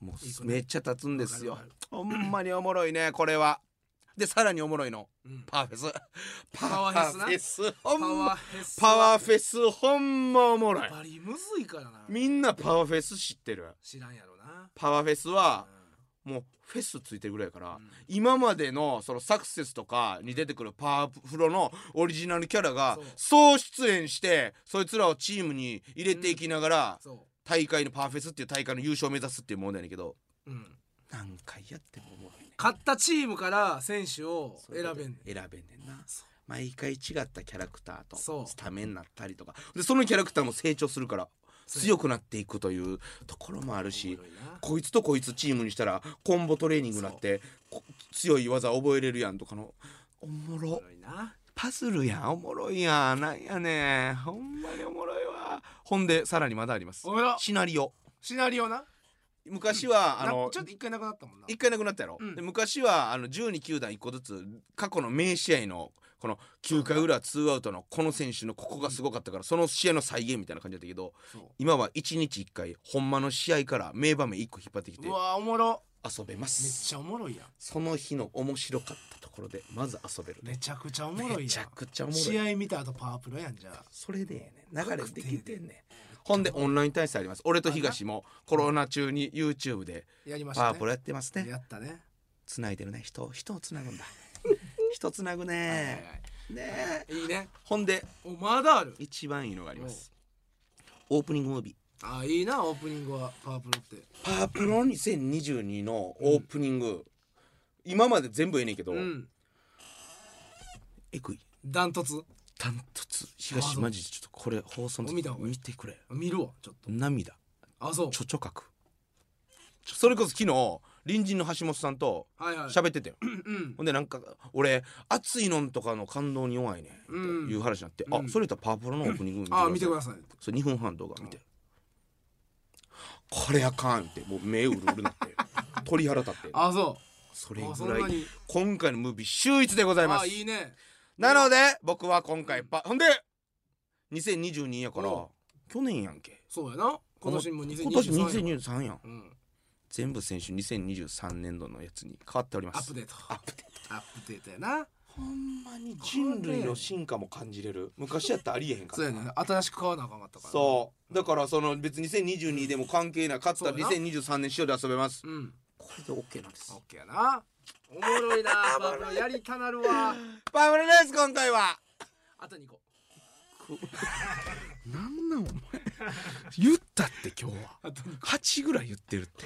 Speaker 1: も
Speaker 2: いいこ
Speaker 1: う
Speaker 2: と
Speaker 1: めっちゃ経つんですよ
Speaker 2: わかるわ
Speaker 1: ほんまにおもろいねこれはでさらにおもろいの
Speaker 2: うん
Speaker 1: パワーフェス
Speaker 2: パワーフェスな
Speaker 1: ス
Speaker 2: パ
Speaker 1: ほん
Speaker 2: ワー
Speaker 1: ま
Speaker 2: フェス
Speaker 1: パワー
Speaker 2: フ
Speaker 1: フェスほんまおもろい
Speaker 2: バリむずいからな
Speaker 1: みんなパワーフェス知ってる
Speaker 2: 知らんやろな
Speaker 1: パワーフェスは
Speaker 2: うん
Speaker 1: もうフェスついてるぐらいやから、
Speaker 2: ん
Speaker 1: 今までのそのサクセスとかに出てくるパワフロのオリジナルキャラが総出演してそいつらをチームに入れていきながら
Speaker 2: そ
Speaker 1: 大会のパワーフェスっていう大会の優勝を目指すっていう問題やねんけど
Speaker 2: う、うん、
Speaker 1: 何回やってもおもろいね
Speaker 2: 勝ったチームから選手を選べんねん
Speaker 1: 選べんねんな
Speaker 2: そ
Speaker 1: 毎回違ったキャラクターと
Speaker 2: そう
Speaker 1: スタメンになったりとかでそのキャラクターも成長するから
Speaker 2: そう
Speaker 1: 強くなっていくというところもある
Speaker 2: うお
Speaker 1: し
Speaker 2: もろいな
Speaker 1: こいつとこいつチームにしたらコンボトレーニングになってこ強い技覚えれるやんとかのおも
Speaker 2: おも
Speaker 1: ろ
Speaker 2: ろいな
Speaker 1: パズルやんおもろいやんなんやねんほんまにおもろいわほんでさらにまだあります
Speaker 2: おもろ
Speaker 1: シナリオ
Speaker 2: シナリオな
Speaker 1: 昔はあ
Speaker 2: な
Speaker 1: の
Speaker 2: ちょっと一回なくなったもんな
Speaker 1: 一回なくなったやろ、
Speaker 2: うん
Speaker 1: で昔はあの12球団1個ずつ過去の名試合のこの9回裏ツーアウトのこの選手のここがすごかったからその試合の再現みたいな感じだったけど
Speaker 2: そ
Speaker 1: 今は1日1回ほんまの試合から名場面1個引っ張って
Speaker 2: う
Speaker 1: きて
Speaker 2: うわーおもろ
Speaker 1: 遊べま
Speaker 2: めっ
Speaker 1: す
Speaker 2: ちゃおもろいやん
Speaker 1: その日の面白かったところでまず遊べる
Speaker 2: めちゃくちゃおもろいやん
Speaker 1: めちゃくちゃおもろ
Speaker 2: 試
Speaker 1: い
Speaker 2: 合見た後パワープロやんじゃあ
Speaker 1: それでええねん流れできてんねんほんでオンライン対戦あります俺と東もコロナ中に YouTube で
Speaker 2: やりまし
Speaker 1: パ
Speaker 2: た
Speaker 1: ワ
Speaker 2: ね
Speaker 1: ープロやってますね
Speaker 2: やったね
Speaker 1: 繋いでるね人を人を繋ぐん だ人つなぐ
Speaker 2: はいはい
Speaker 1: ねねえ
Speaker 2: はいいいね
Speaker 1: ほんで
Speaker 2: おまだある
Speaker 1: 一番いいのがありますオープニングムービー
Speaker 2: あーいいなオープニングはパワープロって
Speaker 1: パープロ2022のオープニング、今まで全部ええねんけど、
Speaker 2: うん
Speaker 1: えぐい
Speaker 2: ダントツ
Speaker 1: ダントツ東マジでちょっとこれ放送の時
Speaker 2: 見た方がいい
Speaker 1: 見てくれ
Speaker 2: 見るわちょっと
Speaker 1: 涙
Speaker 2: あそう
Speaker 1: ちょちょ書くそれこそ昨日隣人の橋本さんと
Speaker 2: はいはい
Speaker 1: 喋ってて、
Speaker 2: うん
Speaker 1: ほんでなんか俺熱いのんとかの感動に弱いねって
Speaker 2: うん
Speaker 1: いう話になって、
Speaker 2: うん
Speaker 1: あそれとパープロのオープニング見てく
Speaker 2: あ
Speaker 1: ださ
Speaker 2: ー
Speaker 1: い
Speaker 2: 見てください
Speaker 1: それ2分半動画見て、これあかんってもう目うるうるなって 鳥肌立って
Speaker 2: あーそ
Speaker 1: それ
Speaker 2: あそん
Speaker 1: ぐ
Speaker 2: な
Speaker 1: らい
Speaker 2: に
Speaker 1: 今回のムービー秀逸でござ
Speaker 2: う
Speaker 1: い
Speaker 2: あ
Speaker 1: ます
Speaker 2: ーいいね
Speaker 1: なので僕は今回パほんで2022やから
Speaker 2: お
Speaker 1: 去年やんけ
Speaker 2: そうやな今年も2023
Speaker 1: 今年2023やん
Speaker 2: うん
Speaker 1: 全部選手2023年度のやつに変わっておりま
Speaker 2: ア
Speaker 1: す
Speaker 2: ップデート
Speaker 1: アップデート
Speaker 2: アップデートやな
Speaker 1: ほんまに人類の進化も感じれる昔やったらありえへんか
Speaker 2: そう
Speaker 1: ら
Speaker 2: やね新しく買わなあかんかったから
Speaker 1: そうだからその別に2022でも関係ない勝ったら
Speaker 2: そうやな
Speaker 1: 2023年塩で遊べます
Speaker 2: ううん
Speaker 1: これで OK なんです
Speaker 2: オッケーやなおもろ いなパワープロやりたなるわ
Speaker 1: パブルです今回は
Speaker 2: あと2個
Speaker 1: なんなんお前言ったって今日は
Speaker 2: あと2個
Speaker 1: 8ぐらい言ってるって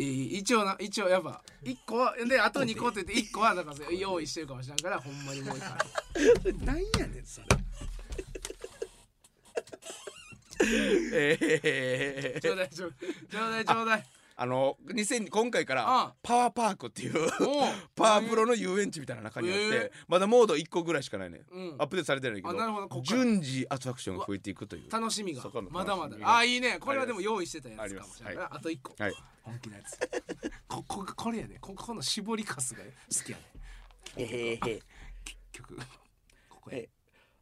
Speaker 2: 一応な一応やっぱ1個はであと2個って言って1個はなんかそう用意してるかもしれんからほんまにもう一回
Speaker 1: なんやねんそれ え
Speaker 2: ちょうだいちょうちょうだいちょうだい
Speaker 1: あの2000今回から
Speaker 2: あ
Speaker 1: パワーパークっていう
Speaker 2: おう
Speaker 1: パワープロの遊園地みたいな中にあって、
Speaker 2: えー
Speaker 1: まだモード1個ぐらいしかないね、
Speaker 2: うん
Speaker 1: アップデートされてないけど
Speaker 2: あなるほどこっから
Speaker 1: 順次アトラクションが増えていくという
Speaker 2: 楽しみが
Speaker 1: そこの楽
Speaker 2: ま
Speaker 1: しみが
Speaker 2: だまだあいいねこれはでも
Speaker 1: あり
Speaker 2: 用意してたや
Speaker 1: あ
Speaker 2: つ
Speaker 1: り
Speaker 2: か
Speaker 1: ま
Speaker 2: もし
Speaker 1: す
Speaker 2: れないからあと1個
Speaker 1: はい
Speaker 2: 本気のやつ こここれやねここの絞りかすが好きやね
Speaker 1: えー、えー
Speaker 2: 結局ここ
Speaker 1: え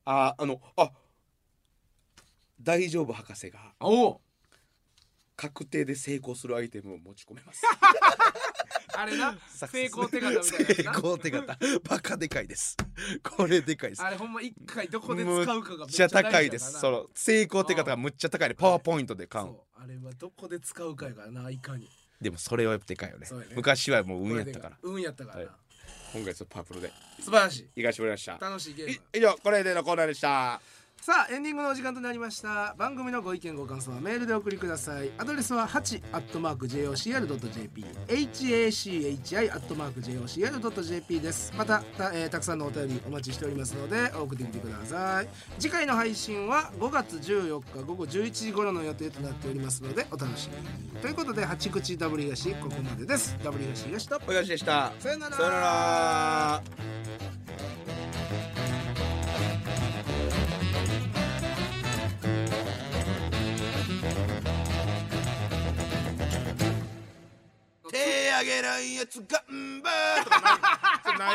Speaker 2: や
Speaker 1: ーああのあ大丈夫博士が
Speaker 2: おお
Speaker 1: 確定で成功するアイテムを持ち込めます
Speaker 2: あれな
Speaker 1: サク
Speaker 2: 成
Speaker 1: セス
Speaker 2: 功手形みたいなやつ
Speaker 1: 成
Speaker 2: な
Speaker 1: 功手形バカでかいですこれでかいです
Speaker 2: あれほんま一回どこで使うかがめ
Speaker 1: むっ
Speaker 2: っ
Speaker 1: ち
Speaker 2: ち
Speaker 1: ゃ
Speaker 2: ゃ
Speaker 1: 高いです
Speaker 2: 大事や
Speaker 1: そ
Speaker 2: からな
Speaker 1: の成功手形がむっちゃ高いでパワーポイントで買う
Speaker 2: そうあれはどこで使うかやからないかに
Speaker 1: でもそれはやっぱでかいよね
Speaker 2: そうやね
Speaker 1: 昔はもう運やったから
Speaker 2: 運やったからな、
Speaker 1: は今回ちょっとパープルで
Speaker 2: 素晴らしい
Speaker 1: いかしてもらいました
Speaker 2: 楽しいゲーム
Speaker 1: い以上これでのコーナーでした
Speaker 2: さあエンディングのお時間となりました番組のご意見ご感想はメールでお送りくださいアドレスは 8-jocr.jp hachi-jocr.jp ですまたた,、えーたくさんのお便りお待ちしておりますので送ってみてください次回の配信は5月14日午後11時頃の予定となっておりますのでお楽しみにということで八口ダブリガシここまでですダブリガシ東と
Speaker 1: おやしでした
Speaker 2: さよなら
Speaker 1: さよなら手あげないやつがんばーとかないそれない